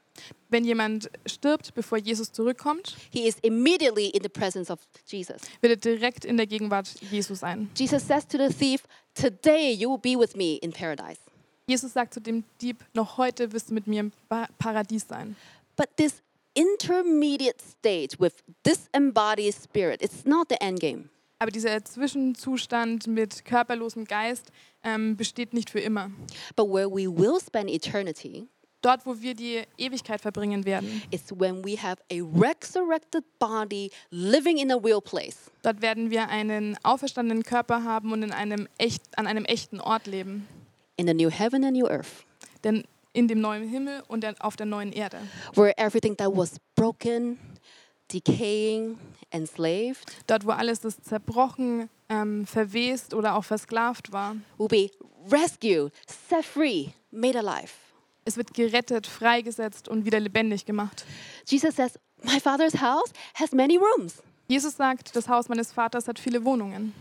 Speaker 2: Wenn jemand stirbt, bevor Jesus zurückkommt,
Speaker 1: he is immediately in the presence of Jesus.
Speaker 2: wird er direkt in der Gegenwart Jesu sein.
Speaker 1: Jesus says to the thief, Today you will be with me in paradise.
Speaker 2: Jesus sagt zu dem Dieb, noch heute wirst du mit mir im pa Paradies sein.
Speaker 1: But this intermediate stage with disembodied spirit, it's not the end game.
Speaker 2: Aber dieser Zwischenzustand mit körperlosem Geist ähm, besteht nicht für immer.
Speaker 1: But where we will spend eternity
Speaker 2: Dort, wo wir die Ewigkeit verbringen werden,
Speaker 1: It's when we have a resurrected body living in a real place.
Speaker 2: dort werden wir einen auferstandenen Körper haben und in einem echt, an einem echten Ort leben.
Speaker 1: In the new heaven and new earth,
Speaker 2: Denn in dem neuen Himmel und der- auf der neuen Erde.
Speaker 1: where everything that was broken, decaying, enslaved
Speaker 2: Dort, wo alles das zerbrochen, ähm, verwest oder auch versklavt war.
Speaker 1: will be rescued, set free, made alive.
Speaker 2: Es wird gerettet, freigesetzt und wieder lebendig gemacht.
Speaker 1: Jesus says, My Father's house has many rooms.
Speaker 2: Jesus sagt, das Haus meines Vaters hat viele Wohnungen.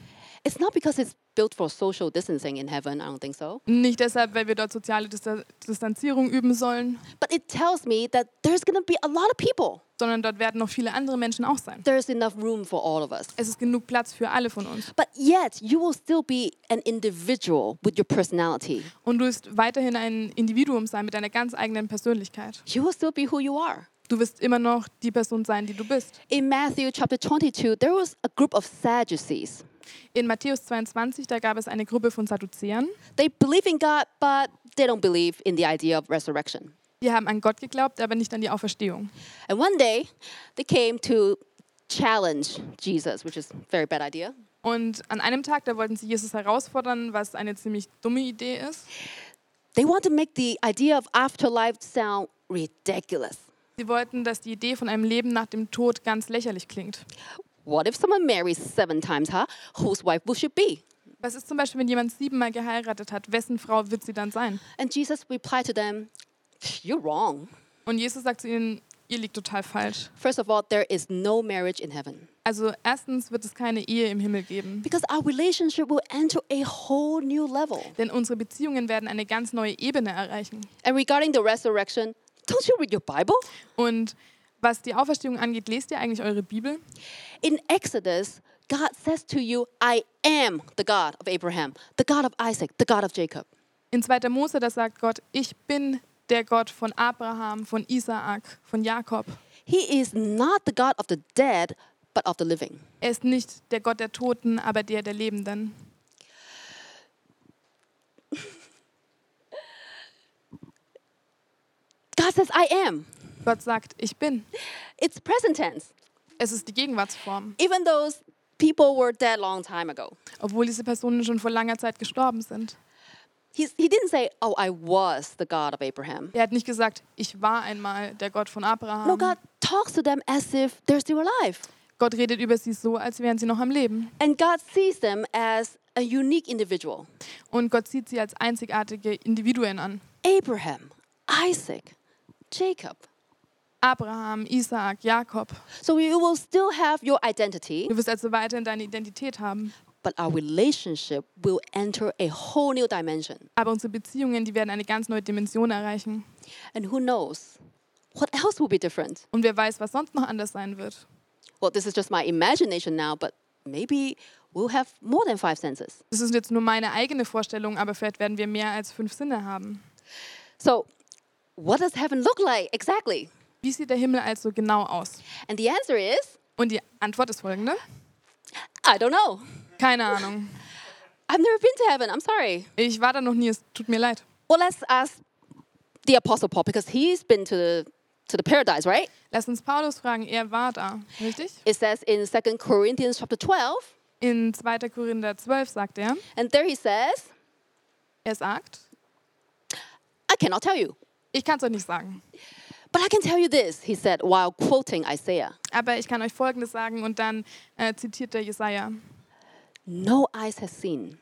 Speaker 1: It's not because it's built for social distancing in heaven, I don't think so.
Speaker 2: Nicht deshalb, weil wir dort soziale Dista- Distanzierung üben sollen,
Speaker 1: But it tells me that there's gonna be a lot of people.
Speaker 2: sondern dort werden noch viele andere Menschen auch sein.
Speaker 1: There's enough room for all of us.
Speaker 2: Es ist genug Platz für alle von uns.
Speaker 1: But yet, you will still be an individual with your personality.
Speaker 2: Und du wirst weiterhin ein Individuum sein mit deiner ganz eigenen Persönlichkeit.
Speaker 1: you will still be who you are.
Speaker 2: Du wirst immer noch die Person sein, die du bist.
Speaker 1: In Matthew chapter 22, there was a group of Sadducees.
Speaker 2: In Matthäus 22, da gab es eine Gruppe von Sadduzäern.
Speaker 1: They believe in God, but they don't believe in the idea of resurrection.
Speaker 2: Die haben an Gott geglaubt, aber nicht an die Auferstehung.
Speaker 1: And one day, they came to challenge Jesus, which is a very bad idea.
Speaker 2: Und an einem Tag, da wollten sie Jesus herausfordern, was eine ziemlich dumme Idee ist.
Speaker 1: They want to make the idea of afterlife sound ridiculous.
Speaker 2: Sie wollten, dass die Idee von einem Leben nach dem Tod ganz lächerlich klingt.
Speaker 1: What if someone marries seven times, huh? Whose wife will she be?
Speaker 2: Was ist zum Beispiel, wenn jemand siebenmal geheiratet hat? Wessen Frau wird sie dann sein?
Speaker 1: And Jesus replied to them, You're wrong.
Speaker 2: Und Jesus sagt zu ihnen, ihr liegt total falsch.
Speaker 1: First of all, there is no marriage in heaven.
Speaker 2: Also erstens wird es keine Ehe im Himmel geben,
Speaker 1: Because our relationship will enter a whole new level.
Speaker 2: denn unsere Beziehungen werden eine ganz neue Ebene erreichen.
Speaker 1: And regarding the resurrection, don't you read your Bible?
Speaker 2: Und was die Auferstehung angeht, lest ihr eigentlich eure Bibel?
Speaker 1: In Exodus, God says to you, I am the God of Abraham, the God of Isaac, the God of Jacob.
Speaker 2: In 2. Mose, da sagt Gott, ich bin der Gott von Abraham, von Isaak, von Jakob.
Speaker 1: He is not the God of the dead, but of the living.
Speaker 2: Er ist nicht der Gott der Toten, aber der der Lebenden.
Speaker 1: God says, I am.
Speaker 2: Gott sagt, ich bin.
Speaker 1: It's present tense,
Speaker 2: Es ist die Gegenwartsform,
Speaker 1: even though people were dead long time ago.
Speaker 2: obwohl diese Personen schon vor langer Zeit gestorben sind.
Speaker 1: He's, he didn't say, Oh, I was the God of Abraham.
Speaker 2: Er hat nicht gesagt, ich war einmal der Gott von Abraham.
Speaker 1: No, God talks to them as if they're still alive.
Speaker 2: Gott redet über sie so, als wären sie noch am Leben.
Speaker 1: And God sees them as a unique individual
Speaker 2: Und Gott sieht sie als einzigartige Individuen an.
Speaker 1: Abraham, Isaac, Jacob.
Speaker 2: Abraham, Isaak, Jakob.
Speaker 1: So you will still have your identity,
Speaker 2: Du wirst also weiterhin deine Identität haben.
Speaker 1: but our relationship will enter a whole new dimension.
Speaker 2: Aber unsere Beziehungen, die werden eine ganz neue Dimension erreichen.
Speaker 1: And who knows what else will be different?
Speaker 2: Und wer weiß, was sonst noch anders sein wird.
Speaker 1: Well, this is just my imagination now, but maybe we'll have more than five senses.
Speaker 2: Das ist jetzt nur meine eigene Vorstellung, aber vielleicht werden wir mehr als fünf Sinne haben.
Speaker 1: So, what does heaven look like exactly?
Speaker 2: Wie sieht der Himmel also genau aus?
Speaker 1: And the answer is
Speaker 2: Und die Antwort ist folgende.
Speaker 1: I don't know.
Speaker 2: Keine Ahnung.
Speaker 1: I've never been to heaven. I'm sorry.
Speaker 2: Ich war da noch nie, es tut mir leid.
Speaker 1: Well, let's ask the Apostle Paul because he's been to the, to the paradise, right?
Speaker 2: Lass uns Paulus fragen, er war da, richtig?
Speaker 1: It says in 2 Corinthians chapter 12,
Speaker 2: In 2. Korinther 12 sagt er,
Speaker 1: and there he says,
Speaker 2: er sagt,
Speaker 1: I cannot tell you,
Speaker 2: ich kann es euch nicht sagen,
Speaker 1: but I can tell you this, he said while quoting Isaiah.
Speaker 2: aber ich kann euch Folgendes sagen und dann äh, zitiert der Jesaja,
Speaker 1: No eyes has seen,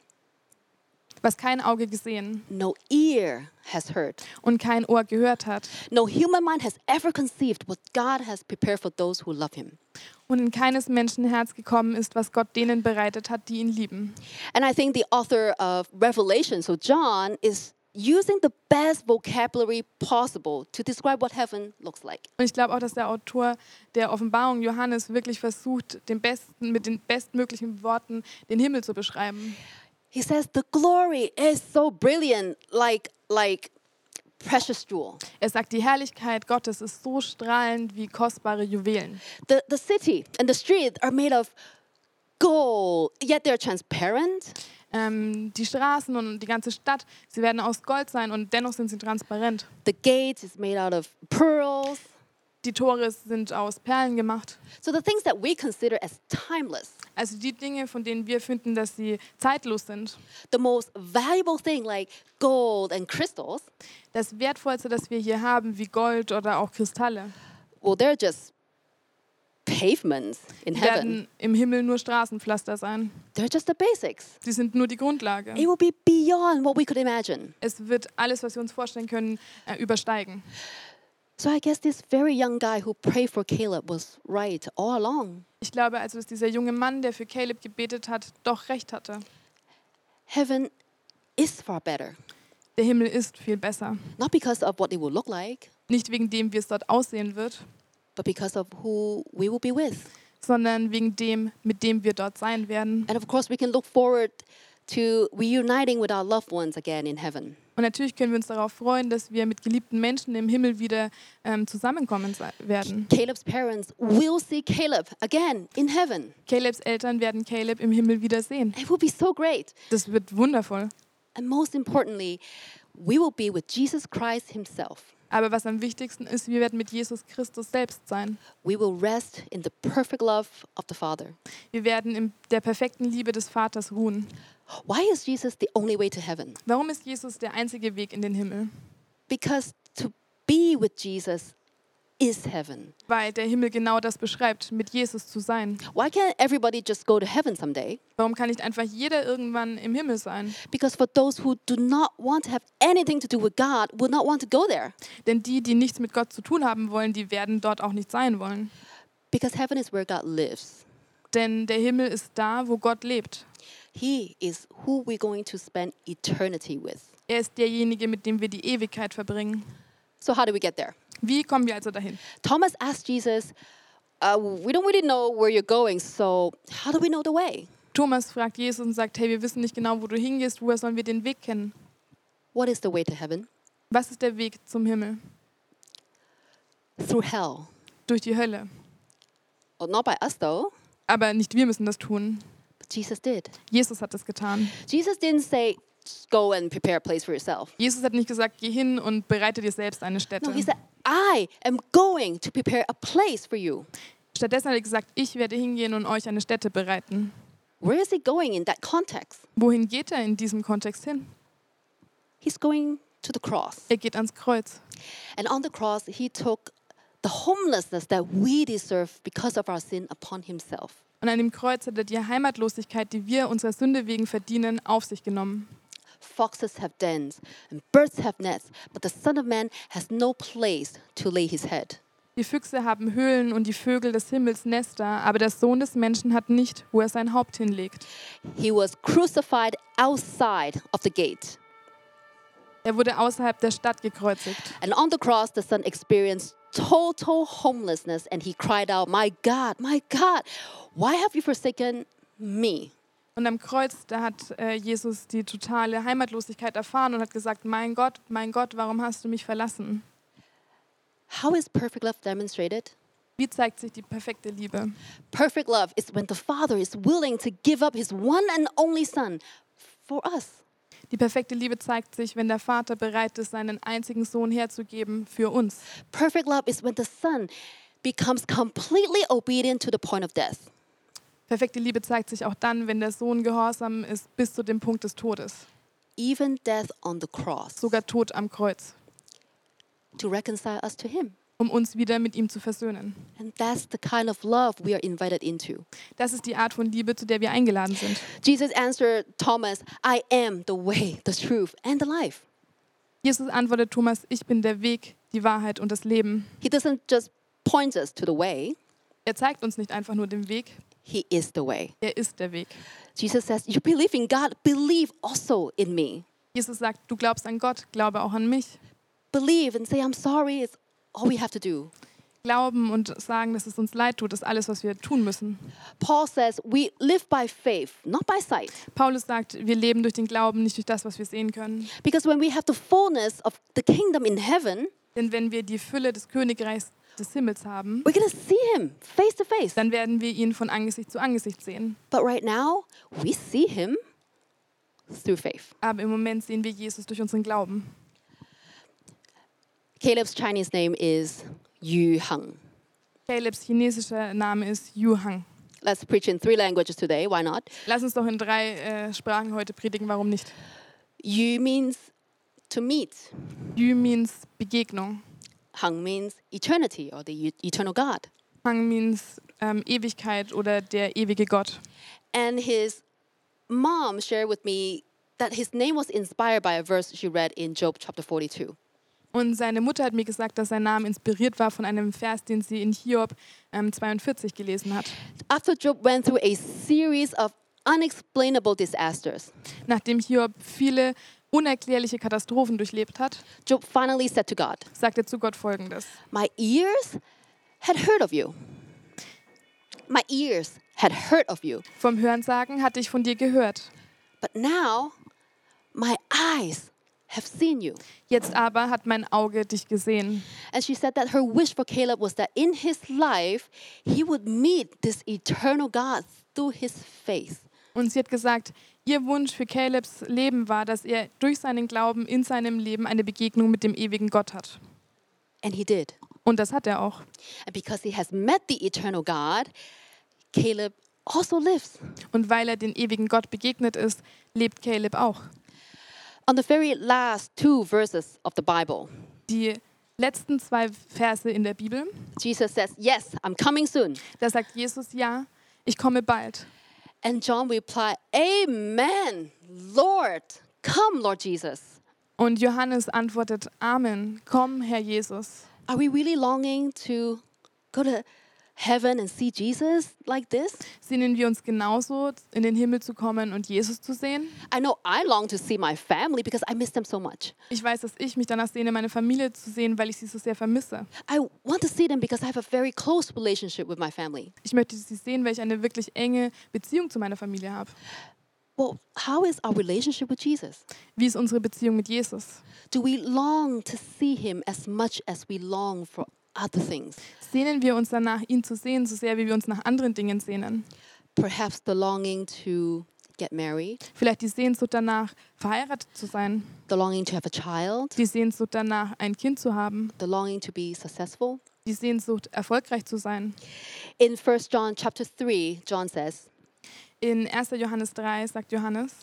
Speaker 2: was kein Auge gesehen
Speaker 1: no ear has heard,
Speaker 2: und kein Ohr gehört hat
Speaker 1: no human mind has ever conceived what God has prepared for those who love him.
Speaker 2: und in keines Menschen Herz gekommen ist, was Gott denen bereitet hat, die ihn lieben.
Speaker 1: And I think the author of Revelation, so John, is using the best vocabulary possible to describe what heaven looks like.
Speaker 2: Und ich glaube auch, dass der Autor der Offenbarung Johannes wirklich versucht, den besten, mit den bestmöglichen Worten den Himmel zu beschreiben.
Speaker 1: He says the glory is so brilliant, like like precious jewel.
Speaker 2: Er sagt, die Herrlichkeit Gottes ist so strahlend wie kostbare Juwelen.
Speaker 1: The the city and the street are made of gold, yet they're transparent.
Speaker 2: Ähm, die Straßen und die ganze Stadt, sie werden aus Gold sein und dennoch sind sie transparent.
Speaker 1: The gate is made out of pearls.
Speaker 2: Die Tore sind aus Perlen gemacht.
Speaker 1: So the things that we consider as timeless,
Speaker 2: Also die Dinge, von denen wir finden, dass sie zeitlos sind.
Speaker 1: the most valuable thing like gold and crystals,
Speaker 2: Das Wertvollste, das wir hier haben, wie Gold oder auch Kristalle,
Speaker 1: well, they're just pavements in heaven.
Speaker 2: werden im Himmel nur Straßenpflaster sein.
Speaker 1: They're just the basics.
Speaker 2: Sie sind nur die Grundlage.
Speaker 1: It will be beyond what we could imagine.
Speaker 2: Es wird alles, was wir uns vorstellen können, äh, übersteigen.
Speaker 1: So I guess this very young guy who prayed for Caleb was right all along.
Speaker 2: Ich glaube also, dass dieser junge Mann, der für Caleb gebetet hat, doch recht hatte.
Speaker 1: Heaven is far better,
Speaker 2: Der Himmel ist viel besser.
Speaker 1: not because of what it will look like,
Speaker 2: Nicht wegen dem, wie es dort aussehen wird,
Speaker 1: but because of who we will be with.
Speaker 2: sondern wegen dem, mit dem wir dort sein werden.
Speaker 1: And of course, we can look forward to reuniting with our loved ones again in heaven.
Speaker 2: Und natürlich können wir uns darauf freuen, dass wir mit geliebten Menschen im Himmel wieder ähm, zusammenkommen se- werden.
Speaker 1: Caleb's parents will see Caleb again in heaven.
Speaker 2: Calebs Eltern werden Caleb im Himmel wiedersehen.
Speaker 1: It will be so great.
Speaker 2: Das wird wundervoll.
Speaker 1: And most importantly, we will be with Jesus Christ himself.
Speaker 2: Aber was am wichtigsten ist, wir werden mit Jesus Christus selbst sein.
Speaker 1: We will rest in the perfect love of the Father.
Speaker 2: Wir werden in der perfekten Liebe des Vaters ruhen.
Speaker 1: Why is Jesus the only way to heaven?
Speaker 2: Warum ist Jesus der einzige Weg in den Himmel?
Speaker 1: Because to be with Jesus is heaven.
Speaker 2: Weil der Himmel genau das beschreibt, mit Jesus zu sein.
Speaker 1: Why can't everybody just go to heaven someday?
Speaker 2: Warum kann nicht einfach jeder irgendwann im Himmel sein?
Speaker 1: Because for those who do not want to have anything to do with God will not want to go there.
Speaker 2: Denn die, die nichts mit Gott zu tun haben wollen, die werden dort auch nicht sein wollen.
Speaker 1: Because heaven is where God lives.
Speaker 2: Denn der Himmel ist da, wo Gott lebt.
Speaker 1: He is who we're going to spend eternity with.
Speaker 2: Er ist derjenige, mit dem wir die Ewigkeit verbringen.
Speaker 1: So, how do we get there?
Speaker 2: Wie kommen wir also dahin?
Speaker 1: Thomas asked Jesus, uh, We don't really know where you're going, so how do we know the way?
Speaker 2: Thomas fragt Jesus und sagt, hey, wir wissen nicht genau, wo du hingehst, woher sollen wir den Weg kennen?
Speaker 1: What is the way to heaven?
Speaker 2: Was ist der Weg zum Himmel?
Speaker 1: Through hell.
Speaker 2: Durch die Hölle.
Speaker 1: Well, not by us, though,
Speaker 2: Aber nicht wir müssen das tun.
Speaker 1: but Jesus did.
Speaker 2: Jesus hat es getan.
Speaker 1: Jesus didn't say, go and prepare a place for yourself.
Speaker 2: Jesus hat nicht gesagt, geh hin und bereite dir selbst eine Stätte.
Speaker 1: No, he said, I am going to prepare a place for you.
Speaker 2: Stattdessen hat er gesagt, ich werde hingehen und euch eine Stätte bereiten.
Speaker 1: Where is he going in that context?
Speaker 2: Wohin geht er in diesem Kontext hin?
Speaker 1: He's going to the cross.
Speaker 2: Er geht ans Kreuz.
Speaker 1: And on the cross, he took the homelessness that we deserve because of our sin upon himself.
Speaker 2: Und an dem Kreuz hat er die Heimatlosigkeit, die wir unserer Sünde wegen verdienen, auf sich genommen.
Speaker 1: Foxes have dens and birds have nests, but the Son of Man has no place to lay his head.
Speaker 2: Die Füchse haben Höhlen und die Vögel des Himmels Nester, aber der Sohn des Menschen hat nicht, wo er sein Haupt hinlegt.
Speaker 1: He was crucified outside of the gate.
Speaker 2: Er wurde außerhalb der Stadt gekreuzigt.
Speaker 1: And on the cross, the son experienced total homelessness and he cried out, My God, my God, why have you forsaken me?
Speaker 2: Und am Kreuz, da hat äh, Jesus die totale Heimatlosigkeit erfahren und hat gesagt, mein Gott, mein Gott, warum hast du mich verlassen?
Speaker 1: How is perfect love demonstrated?
Speaker 2: Wie zeigt sich die perfekte Liebe?
Speaker 1: Perfect love is when the Father is willing to give up his one and only Son for us.
Speaker 2: Die perfekte Liebe zeigt sich, wenn der Vater bereit ist, seinen einzigen Sohn herzugeben für uns.
Speaker 1: Perfect love is when the Son becomes completely obedient to the point of death.
Speaker 2: Perfekte Liebe zeigt sich auch dann, wenn der Sohn gehorsam ist bis zu dem Punkt des Todes,
Speaker 1: even death on the cross
Speaker 2: sogar Tod am Kreuz,
Speaker 1: to reconcile us to him.
Speaker 2: um uns wieder mit ihm zu versöhnen.
Speaker 1: And that's the kind of love we are invited into.
Speaker 2: Das ist die Art von Liebe, zu der wir eingeladen sind.
Speaker 1: Jesus answered Thomas, I am the way, the truth, and the life.
Speaker 2: Jesus antwortet Thomas, ich bin der Weg, die Wahrheit und das Leben.
Speaker 1: He doesn't just point us to the way,
Speaker 2: Er zeigt uns nicht einfach nur den Weg,
Speaker 1: he is the way.
Speaker 2: er ist der Weg.
Speaker 1: Jesus says, You believe in God, believe also in me.
Speaker 2: Jesus sagt, du glaubst an Gott, glaube auch an mich.
Speaker 1: Believe and say, I'm sorry is all we have to do.
Speaker 2: Glauben und sagen, dass es uns leid tut, ist alles, was wir tun müssen.
Speaker 1: Paul says, We live by faith, not by sight.
Speaker 2: Paulus sagt, wir leben durch den Glauben, nicht durch das, was wir sehen können.
Speaker 1: Because when we have the fullness of the kingdom in heaven,
Speaker 2: Denn wenn wir die Fülle des Königreichs des Himmels haben,
Speaker 1: we're going to see him face to face.
Speaker 2: dann werden wir ihn von Angesicht zu Angesicht sehen.
Speaker 1: But right now, we see him through faith.
Speaker 2: Aber im Moment sehen wir Jesus durch unseren Glauben.
Speaker 1: Caleb's Chinese name is Yu Hung.
Speaker 2: Calebs chinesischer Name ist Yu Hang.
Speaker 1: Let's preach in three languages today. Why not?
Speaker 2: Lass uns doch in drei äh, Sprachen heute predigen, warum nicht?
Speaker 1: Yu means to meet.
Speaker 2: Yu means Begegnung.
Speaker 1: Hung means eternity or the e- eternal God.
Speaker 2: Hang means ähm, Ewigkeit oder der ewige Gott.
Speaker 1: And his mom shared with me that his name was inspired by a verse she read in Job chapter 42.
Speaker 2: Und seine Mutter hat mir gesagt, dass sein Name inspiriert war von einem Vers, den sie in Hiob ähm, 42 gelesen hat.
Speaker 1: After Job went through a series of unexplainable disasters,
Speaker 2: Nachdem Hiob viele unerklärliche Katastrophen durchlebt hat,
Speaker 1: Job finally said to God,
Speaker 2: sagt er zu Gott folgendes.
Speaker 1: My ears had heard of you. My ears had heard of you.
Speaker 2: Vom Hörensagen hatte ich von dir gehört.
Speaker 1: But now my eyes have seen you.
Speaker 2: Jetzt aber hat mein Auge dich gesehen.
Speaker 1: And she said that her wish for Caleb was that in his life, he would meet this eternal God through his faith.
Speaker 2: Und sie hat gesagt, ihr Wunsch für Calebs Leben war, dass er durch seinen Glauben in seinem Leben eine Begegnung mit dem ewigen Gott hat.
Speaker 1: And he did.
Speaker 2: Und das hat er auch.
Speaker 1: And because he has met the eternal God, Caleb also lives.
Speaker 2: Und weil er den ewigen Gott begegnet ist, lebt Caleb auch.
Speaker 1: On the very last two verses of the Bible,
Speaker 2: Die letzten zwei Verse in der Bibel,
Speaker 1: Jesus says, Yes, I'm coming soon.
Speaker 2: da sagt Jesus, ja, ich komme bald.
Speaker 1: And John replied, Amen, Lord. Come, Lord Jesus.
Speaker 2: Und Johannes antwortet, Amen, komm, Herr Jesus.
Speaker 1: Are we really longing to go to heaven and see Jesus like this?
Speaker 2: Sehnen wir uns genauso, in den Himmel zu kommen und Jesus zu sehen?
Speaker 1: I know I long to see my family because I miss them so much.
Speaker 2: Ich weiß, dass ich mich danach sehne, meine Familie zu sehen, weil ich sie so sehr vermisse.
Speaker 1: I want to see them because I have a very close relationship with my family.
Speaker 2: Ich möchte sie sehen, weil ich eine wirklich enge Beziehung zu meiner Familie habe.
Speaker 1: Well, how is our relationship with Jesus?
Speaker 2: Wie ist unsere Beziehung mit Jesus?
Speaker 1: Do we long to see him as much as we long for other things?
Speaker 2: Sehnen wir uns danach, ihn zu sehen, so sehr wie wir uns nach anderen Dingen sehnen?
Speaker 1: Perhaps the longing to get married,
Speaker 2: Vielleicht die Sehnsucht danach, verheiratet zu sein.
Speaker 1: the longing to have a child,
Speaker 2: Die Sehnsucht danach, ein Kind zu haben.
Speaker 1: the longing to be successful.
Speaker 2: Die Sehnsucht, erfolgreich zu sein.
Speaker 1: In 1 John chapter 3, John says,
Speaker 2: In 1. Johannes 3 sagt Johannes,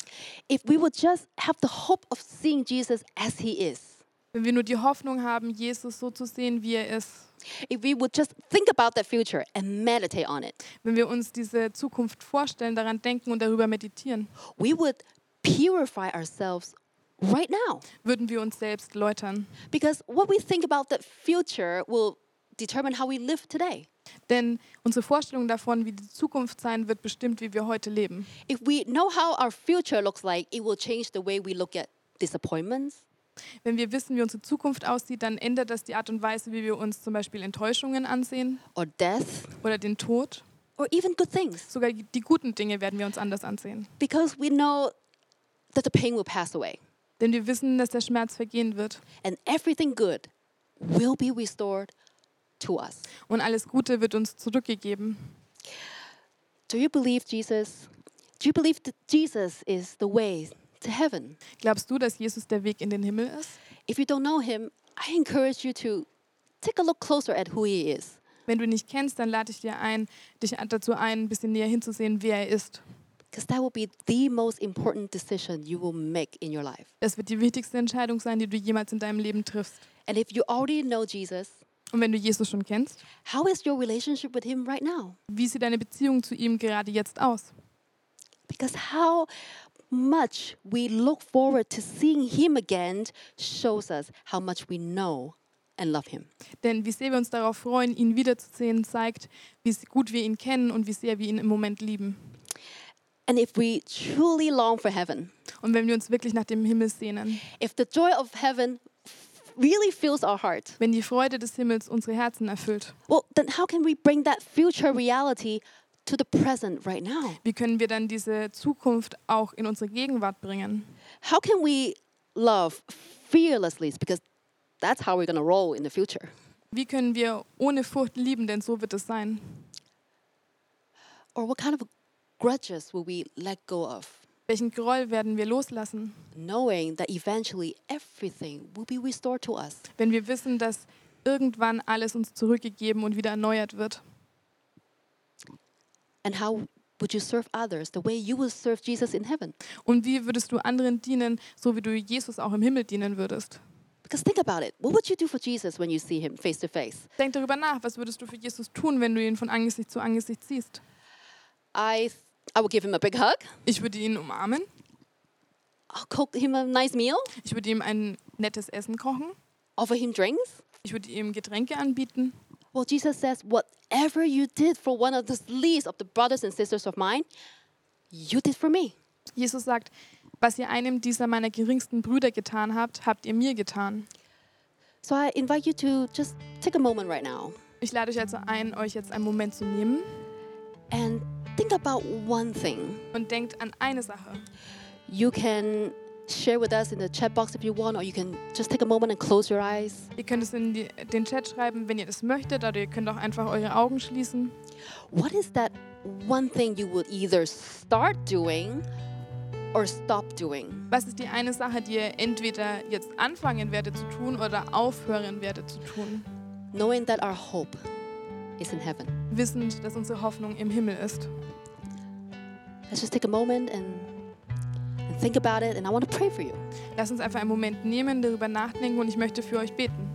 Speaker 1: if we would just have the hope of seeing Jesus as he is,
Speaker 2: wenn wir nur die Hoffnung haben, Jesus so zu sehen, wie er ist,
Speaker 1: if we would just think about that future and meditate on it,
Speaker 2: wenn wir uns diese Zukunft vorstellen, daran denken und darüber meditieren,
Speaker 1: we would purify ourselves right now.
Speaker 2: würden wir uns selbst läutern.
Speaker 1: Because what we think about that future will determine how we live today.
Speaker 2: Denn unsere Vorstellung davon, wie die Zukunft sein wird, bestimmt, wie wir heute leben.
Speaker 1: If we know how our future looks like, it will change the way we look at disappointments,
Speaker 2: Wenn wir wissen, wie unsere Zukunft aussieht, dann ändert das die Art und Weise, wie wir uns zum Beispiel Enttäuschungen ansehen
Speaker 1: or death,
Speaker 2: oder den Tod.
Speaker 1: or even good things.
Speaker 2: Sogar die guten Dinge werden wir uns anders ansehen.
Speaker 1: Because we know that the pain will pass away
Speaker 2: Denn wir wissen, dass der Schmerz vergehen wird
Speaker 1: and everything good will be restored to us.
Speaker 2: und alles Gute wird uns zurückgegeben.
Speaker 1: Do you believe Jesus? Do you believe that Jesus is the way to heaven?
Speaker 2: Glaubst du, dass Jesus der Weg in den Himmel ist?
Speaker 1: If you don't know him, I encourage you to take a look closer at who he is.
Speaker 2: Wenn du ihn nicht kennst, dann lade ich dir ein, dich dazu ein, ein bisschen näher hinzusehen, wer er ist.
Speaker 1: Because that will be the most important decision you will make in your life.
Speaker 2: Das wird die wichtigste Entscheidung sein, die du jemals in deinem Leben triffst.
Speaker 1: And if you already know Jesus,
Speaker 2: Und wenn du Jesus schon kennst,
Speaker 1: how is your relationship with him right now?
Speaker 2: wie sieht deine Beziehung zu ihm gerade jetzt aus?
Speaker 1: Because how much we look forward to seeing him again shows us how much we know and love him.
Speaker 2: Denn wie sehr wir uns darauf freuen, ihn wiederzusehen, zeigt, wie gut wir ihn kennen und wie sehr wir ihn im Moment lieben.
Speaker 1: And if we truly long for heaven,
Speaker 2: Und wenn wir uns wirklich nach dem Himmel sehnen,
Speaker 1: if the joy of heaven really fills our heart,
Speaker 2: wenn die Freude des Himmels unsere Herzen erfüllt,
Speaker 1: well, then how can we bring that future reality to the present right now?
Speaker 2: wie können wir dann diese Zukunft auch in unsere Gegenwart bringen?
Speaker 1: How can we love fearlessly? Because that's how we're going to roll in the future.
Speaker 2: Wie können wir ohne Furcht lieben, denn so wird es sein?
Speaker 1: Or what kind of grudges will we let go of?
Speaker 2: Welchen Groll werden wir loslassen,
Speaker 1: Knowing that eventually everything will be restored to us.
Speaker 2: wenn wir wissen, dass irgendwann alles uns zurückgegeben und wieder erneuert wird?
Speaker 1: And how would you serve others the way you will serve Jesus in heaven?
Speaker 2: Und wie würdest du anderen dienen, so wie du Jesus auch im Himmel dienen würdest?
Speaker 1: Because think about it what would you do for Jesus when you see him face to face?
Speaker 2: Denk darüber nach, was würdest du für Jesus tun, wenn du ihn von Angesicht zu Angesicht siehst?
Speaker 1: I, I would give him a big hug,
Speaker 2: Ich würde ihn umarmen,
Speaker 1: I'll cook him a nice meal,
Speaker 2: ich würde ihm ein nettes Essen kochen,
Speaker 1: offer him drinks.
Speaker 2: ich würde ihm Getränke anbieten.
Speaker 1: Well, Jesus says, whatever you did for one of the least of the brothers and sisters of mine, you did for me.
Speaker 2: Jesus sagt, was ihr einem dieser meiner geringsten Brüder getan habt, habt ihr mir getan.
Speaker 1: So I invite you to just take a moment right now
Speaker 2: Ich lade euch also ein, euch jetzt einen Moment zu nehmen
Speaker 1: and think about one thing.
Speaker 2: und denkt an eine Sache.
Speaker 1: You can share with us in the chat box if you want, or you can just take a moment and close your eyes.
Speaker 2: Ihr könnt es in die, den Chat schreiben, wenn ihr das möchtet, oder ihr könnt auch einfach eure Augen schließen.
Speaker 1: What is that one thing you would either start doing or stop doing?
Speaker 2: Was ist die eine Sache, die ihr entweder jetzt anfangen werdet zu tun oder aufhören werdet zu tun?
Speaker 1: Knowing that our hope is in heaven.
Speaker 2: Wissend, dass unsere Hoffnung im Himmel ist.
Speaker 1: Let's just take a moment and, and think about it, and I want to pray for you.
Speaker 2: Lasst uns einfach einen Moment nehmen, darüber nachdenken und ich möchte für euch beten.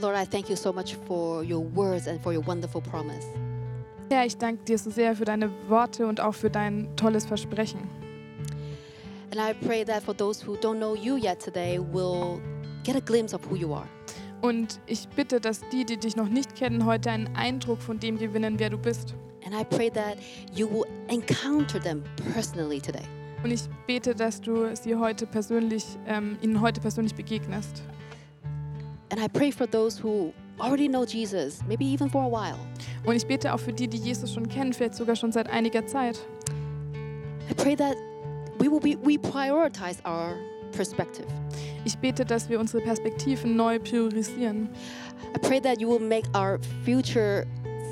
Speaker 1: Lord, I thank you so much for your words and for your wonderful promise.
Speaker 2: Herr, ich danke dir so sehr für deine Worte und auch für dein tolles Versprechen.
Speaker 1: And I pray that for those who don't know you yet today will get a glimpse of who you are.
Speaker 2: Und ich bitte, dass die, die dich noch nicht kennen, heute einen Eindruck von dem gewinnen, wer du bist.
Speaker 1: And I pray that you will encounter them personally today.
Speaker 2: Und ich bete, dass du sie heute persönlich, ähm, ihnen heute persönlich begegnest.
Speaker 1: And I pray for those who already know Jesus, maybe even for a while.
Speaker 2: Und ich bete auch für die, die Jesus schon kennen, vielleicht sogar schon seit einiger Zeit.
Speaker 1: I pray that we will will we, we prioritize our perspective.
Speaker 2: Ich bete, dass wir unsere Perspektiven neu priorisieren.
Speaker 1: I pray that you will make our future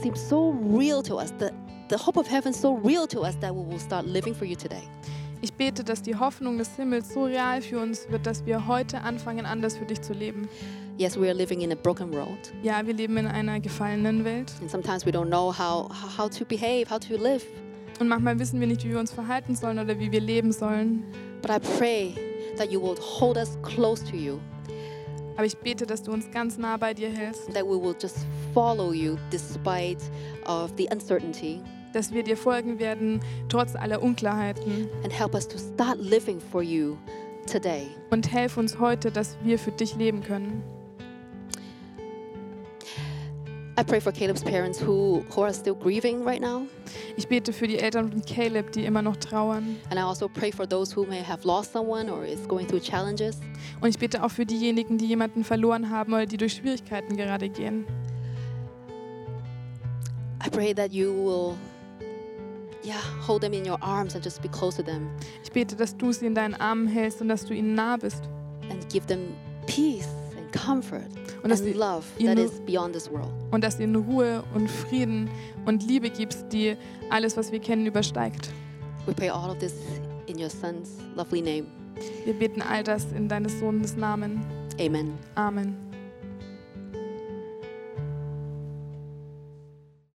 Speaker 1: seem so real to us, the, the hope of heaven so real to us that we will start living for you today.
Speaker 2: Ich bete, dass die Hoffnung des Himmels so real für uns wird, dass wir heute anfangen, anders für dich zu leben.
Speaker 1: Yes, we are living in a broken world,
Speaker 2: Ja, wir leben in einer gefallenen Welt
Speaker 1: and sometimes we don't know how, how to behave, how to live.
Speaker 2: und manchmal wissen wir nicht, wie wir uns verhalten sollen oder wie wir leben sollen.
Speaker 1: But I pray that you will hold us close to you,
Speaker 2: Aber ich bete, dass du uns ganz nah bei dir hältst,
Speaker 1: that we will just follow you despite of the uncertainty,
Speaker 2: dass wir dir folgen werden, trotz aller Unklarheiten.
Speaker 1: and help us to start living for you today.
Speaker 2: Und helf uns heute, dass wir für dich leben können.
Speaker 1: I pray for Caleb's parents who, who are still grieving right now.
Speaker 2: Ich bete für die Eltern von Caleb, die immer noch trauern.
Speaker 1: And I also pray for those who may have lost someone or is going through challenges.
Speaker 2: Und ich bete auch für diejenigen, die jemanden verloren haben oder die durch Schwierigkeiten gerade gehen.
Speaker 1: I pray that you will, yeah, hold them in your arms and just be close to them
Speaker 2: Ich bete, dass du sie in deinen Armen hältst und dass du ihnen nah bist.
Speaker 1: and give them peace and comfort
Speaker 2: Und dass,
Speaker 1: and
Speaker 2: du,
Speaker 1: love
Speaker 2: you
Speaker 1: that
Speaker 2: know-
Speaker 1: is beyond this world.
Speaker 2: und dass du ihnen Ruhe und Frieden und Liebe gibst, die alles, was wir kennen, übersteigt.
Speaker 1: We pray all of this in your son's lovely name.
Speaker 2: Wir beten all das in deines Sohnes Namen.
Speaker 1: Amen.
Speaker 2: Amen.